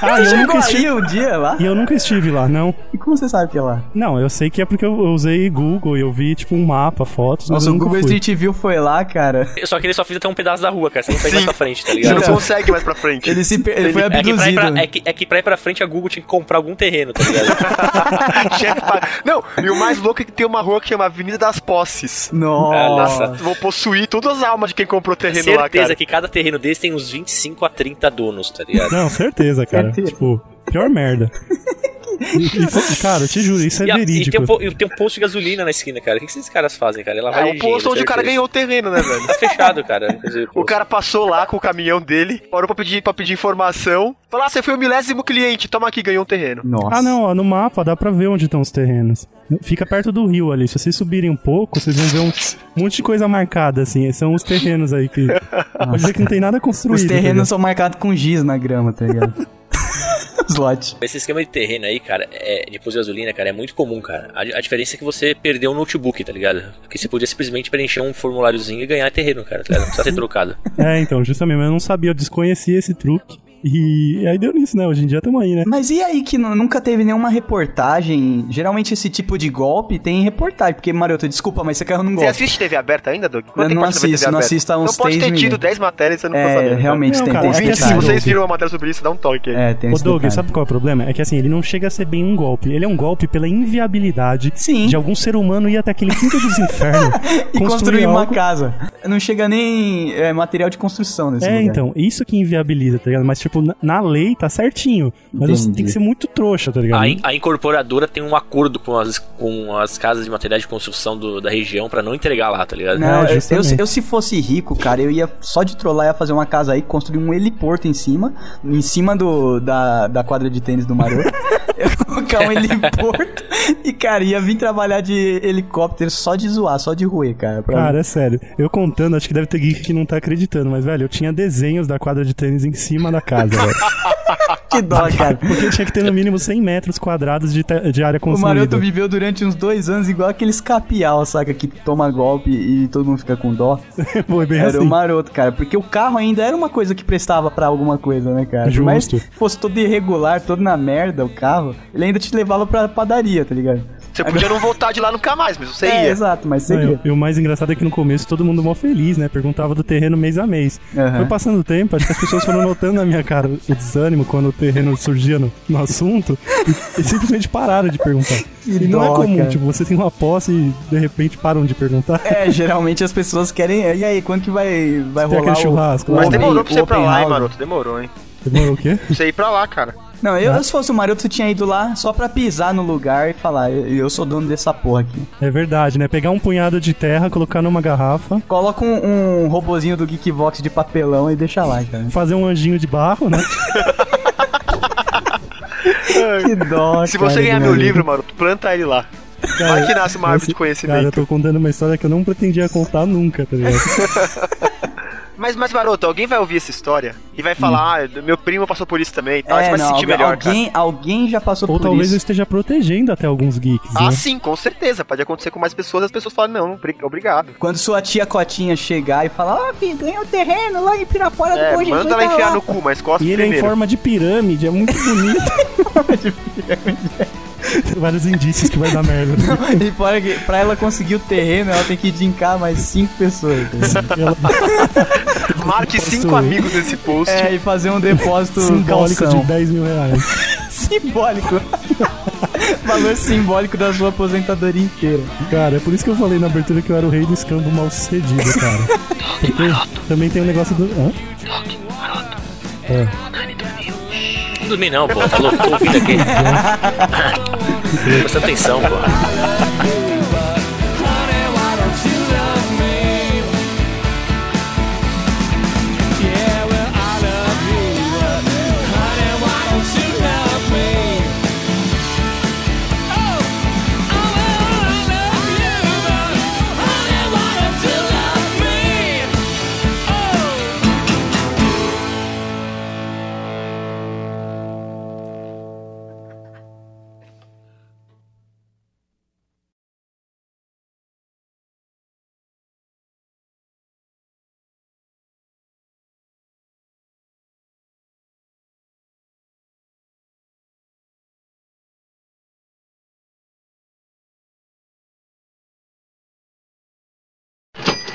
Ah, Você eu chegou nunca aí estive, um dia lá? e eu nunca estive lá, não. E como você sabe que é lá? Não, eu sei que é porque eu eu usei Google e eu vi, tipo, um mapa, fotos, mas Nossa, eu o nunca Google fui. Street View foi lá, <laughs> cara. Só que ele só fez até um pedaço da rua, cara. Você não foi mais pra frente, tá Você ligado? não consegue mais pra frente. Ele, <laughs> se per- ele foi É que, pra ir abduzido. pra, é, que, é que pra ir pra frente a Google tinha que comprar algum terreno, tá ligado? <laughs> Tinha que pagar. Não, e o mais louco é que tem uma rua que chama Avenida das Posses. Nossa. Nossa. Vou possuir todas as almas de quem comprou o terreno lá, Certeza cara. que cada terreno desse tem uns 25 a 30 donos, tá ligado? Não, certeza, cara. Certeza. Tipo, pior merda. E- e- cara, eu te juro, isso é E, a- e tem verídico. um, po- e tem um posto de gasolina na esquina, cara. O que que esses caras fazem, cara? Ela É vai o posto onde o cara ganhou o terreno, <laughs> né, velho? Tá <laughs> fechado, cara. Quer dizer, O cara passou lá com o caminhão dele, parou pra pedir, pra pedir informação. Falou, ah, você foi o milésimo cliente, toma aqui, ganhou um terreno. Nossa. Ah, não, ó, no mapa dá pra ver onde estão os terrenos. Fica perto do rio ali. Se vocês subirem um pouco, vocês vão ver um monte de coisa marcada, assim. São os terrenos aí que. Pode dizer que não tem nada construído. Os tá terrenos são marcados com giz na grama, tá <laughs> ligado? Os lotes. Esse esquema de terreno aí, cara, é, de posto de gasolina, cara, é muito comum, cara. A, a diferença é que você perdeu um notebook, tá ligado? Porque você podia simplesmente preencher um formuláriozinho e ganhar terreno, cara, tá ligado? Não precisa ter trocado. ligado? É, então, justamente, mas eu não sabia, eu desconhecia esse truque. E aí deu nisso, né? Hoje em dia tamo aí, né? Mas e aí que nu- nunca teve nenhuma reportagem? Geralmente esse tipo de golpe tem reportagem, porque, Maroto, desculpa, mas você caiu num Você é assim, golpe. assiste TV aberta ainda, Doug? Quanto Eu tempo não você vê assisto, não aberta? assisto há uns Não pode três ter tido mil. 10 matérias e você não ficou É, sabendo. cara. realmente Não, tem, cara, tem é que esse Ouvinte, se assim, detalhe. vocês viram uma matéria sobre isso, dá um toque aí. É, tem Ô esse Doug, detalhe. sabe qual é o problema? É que assim, ele não chega a ser bem um golpe. Ele é um golpe pela inviabilidade Sim. de algum ser humano ir até aquele <laughs> quinto dos infernos E construir uma algo. casa. Não chega nem é, material de construção nesse É, lugar. então, isso que inviabiliza, tá ligado? Mas, tipo, na, na lei tá certinho. Mas você Entendi. tem que ser muito trouxa, tá ligado? A, in- a incorporadora tem um acordo com as, com as casas de materiais de construção do- da região pra não entregar lá, tá ligado? Não, É, eu- eu, justamente. eu se fosse rico, cara, eu ia só de trollar, ia fazer uma casa aí, construir um heliporto em cima, em cima do, da, da quadra de tênis do Maroto. <laughs> eu colocar um heliporto <laughs> e, cara, ia vir trabalhar de helicóptero só de zoar, só de ruê, cara. pra- Cara, é sério. Eu contando, acho que deve ter geek que não tá acreditando, mas, velho, eu tinha desenhos da quadra de tênis em cima da <laughs> casa, velho. que <laughs> dó, cara. Porque tinha que ter no mínimo 100 metros quadrados de, te- de área O Maroto construída. viveu durante uns dois anos igual aqueles capial, saca? Que toma golpe e todo mundo fica com dó. <laughs> Foi bem Era assim. o maroto, cara. Porque o carro ainda era uma coisa que prestava pra alguma coisa, né, cara? Justo. Mas fosse todo irregular, todo na merda o carro, ele ainda te levava pra padaria, tá ligado? Você podia não voltar de lá nunca mais, mas você É, ia. exato, mas você Não, ia. e o mais engraçado é que no começo todo mundo mó feliz, né? Perguntava do terreno mês a mês. Aham. Foi passando o tempo, acho que as pessoas foram notando na minha cara o desânimo quando o terreno surgia no, no assunto e, e simplesmente pararam de perguntar. e não dó, é comum, cara. tipo, você tem uma posse e de repente param de perguntar. É, <laughs> geralmente as pessoas querem. E aí, quando que vai, vai Tem rolar aquele churrasco o, o lá. Mas open- demorou pra o você ir pra open lá, hein, house? Tá maroto? Demorou, hein? Demorou É o quê? Pra Você ir pra lá, cara. Não, eu, se fosse o maroto, eu tinha ido lá só pra pisar no lugar e falar: eu, eu sou dono dessa porra aqui. É verdade, né? Pegar um punhado de terra, colocar numa garrafa, Coloca um, um robozinho do Geekbox de papelão e deixa lá, cara. fazer um anjinho de barro, né? <laughs> Que dó, Se você cara, ganhar né, que meu maneiro. livro, mano, planta ele lá. Cara, Vai que nasce uma árvore de Cara, eu conhecimento. tô contando uma história que eu não pretendia contar nunca, tá ligado? Mas, mas, Maroto, alguém vai ouvir essa história e vai falar, ah, meu primo passou por isso também e tal. você vai se sentir Hum. É, alguém, melhor, cara. alguém, alguém já passou Ou por talvez eu isso. esteja protegendo até alguns geeks, Ah, né? sim, com certeza. Pode acontecer com mais pessoas, as pessoas falam, não, obri- obrigado. Quando sua tia Cotinha chegar e falar, ó, filho, ganhou terreno lá em Pirapora É, do Bom Jesus, manda ela vai enfiar lá." no cu, mas cospe E ele é em primeiro. forma de pirâmide, é muito bonito. <laughs> Tem vários indícios que vai dar merda. E para, que- pra ela conseguir o terreno, ela tem que dincar mais cinco pessoas. entendeu? <laughs> <laughs> Ela- Marque cinco Posso- amigos nesse post. É, e fazer um depósito Simbólico calção. de 10 mil reais. <laughs> Simbólico. <laughs> Valor simbólico da sua aposentadoria inteira. Cara, é por isso que eu falei na abertura que eu era o rei do escambo mal sucedido, cara. Porque também tem um negócio do. Hã? Não dormi não, pô. Tá louco, tô ouvindo aqui. Presta atenção, pô.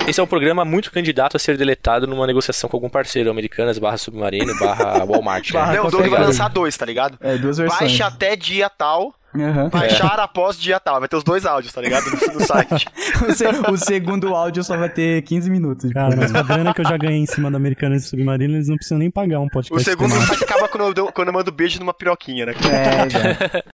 Esse é um programa muito candidato a ser deletado numa negociação com algum parceiro, americanas, barra submarino, barra Walmart. né? Barra- Não, o Doug vai lançar dois, tá ligado? É, duas versões. É. Baixa até dia tal, Aham. <laughs> baixar após dia tal. Vai ter os dois áudios, tá ligado? No, <laughs> no site. O se- O segundo áudio só vai ter 15 minutos. Cara, mas com a grana que eu já ganhei em cima da Americanas e Submarino, eles não precisam nem pagar um podcast. O segundo também. site acaba quando eu, dou- quando eu mando beijo numa piroquinha, né? É, velho.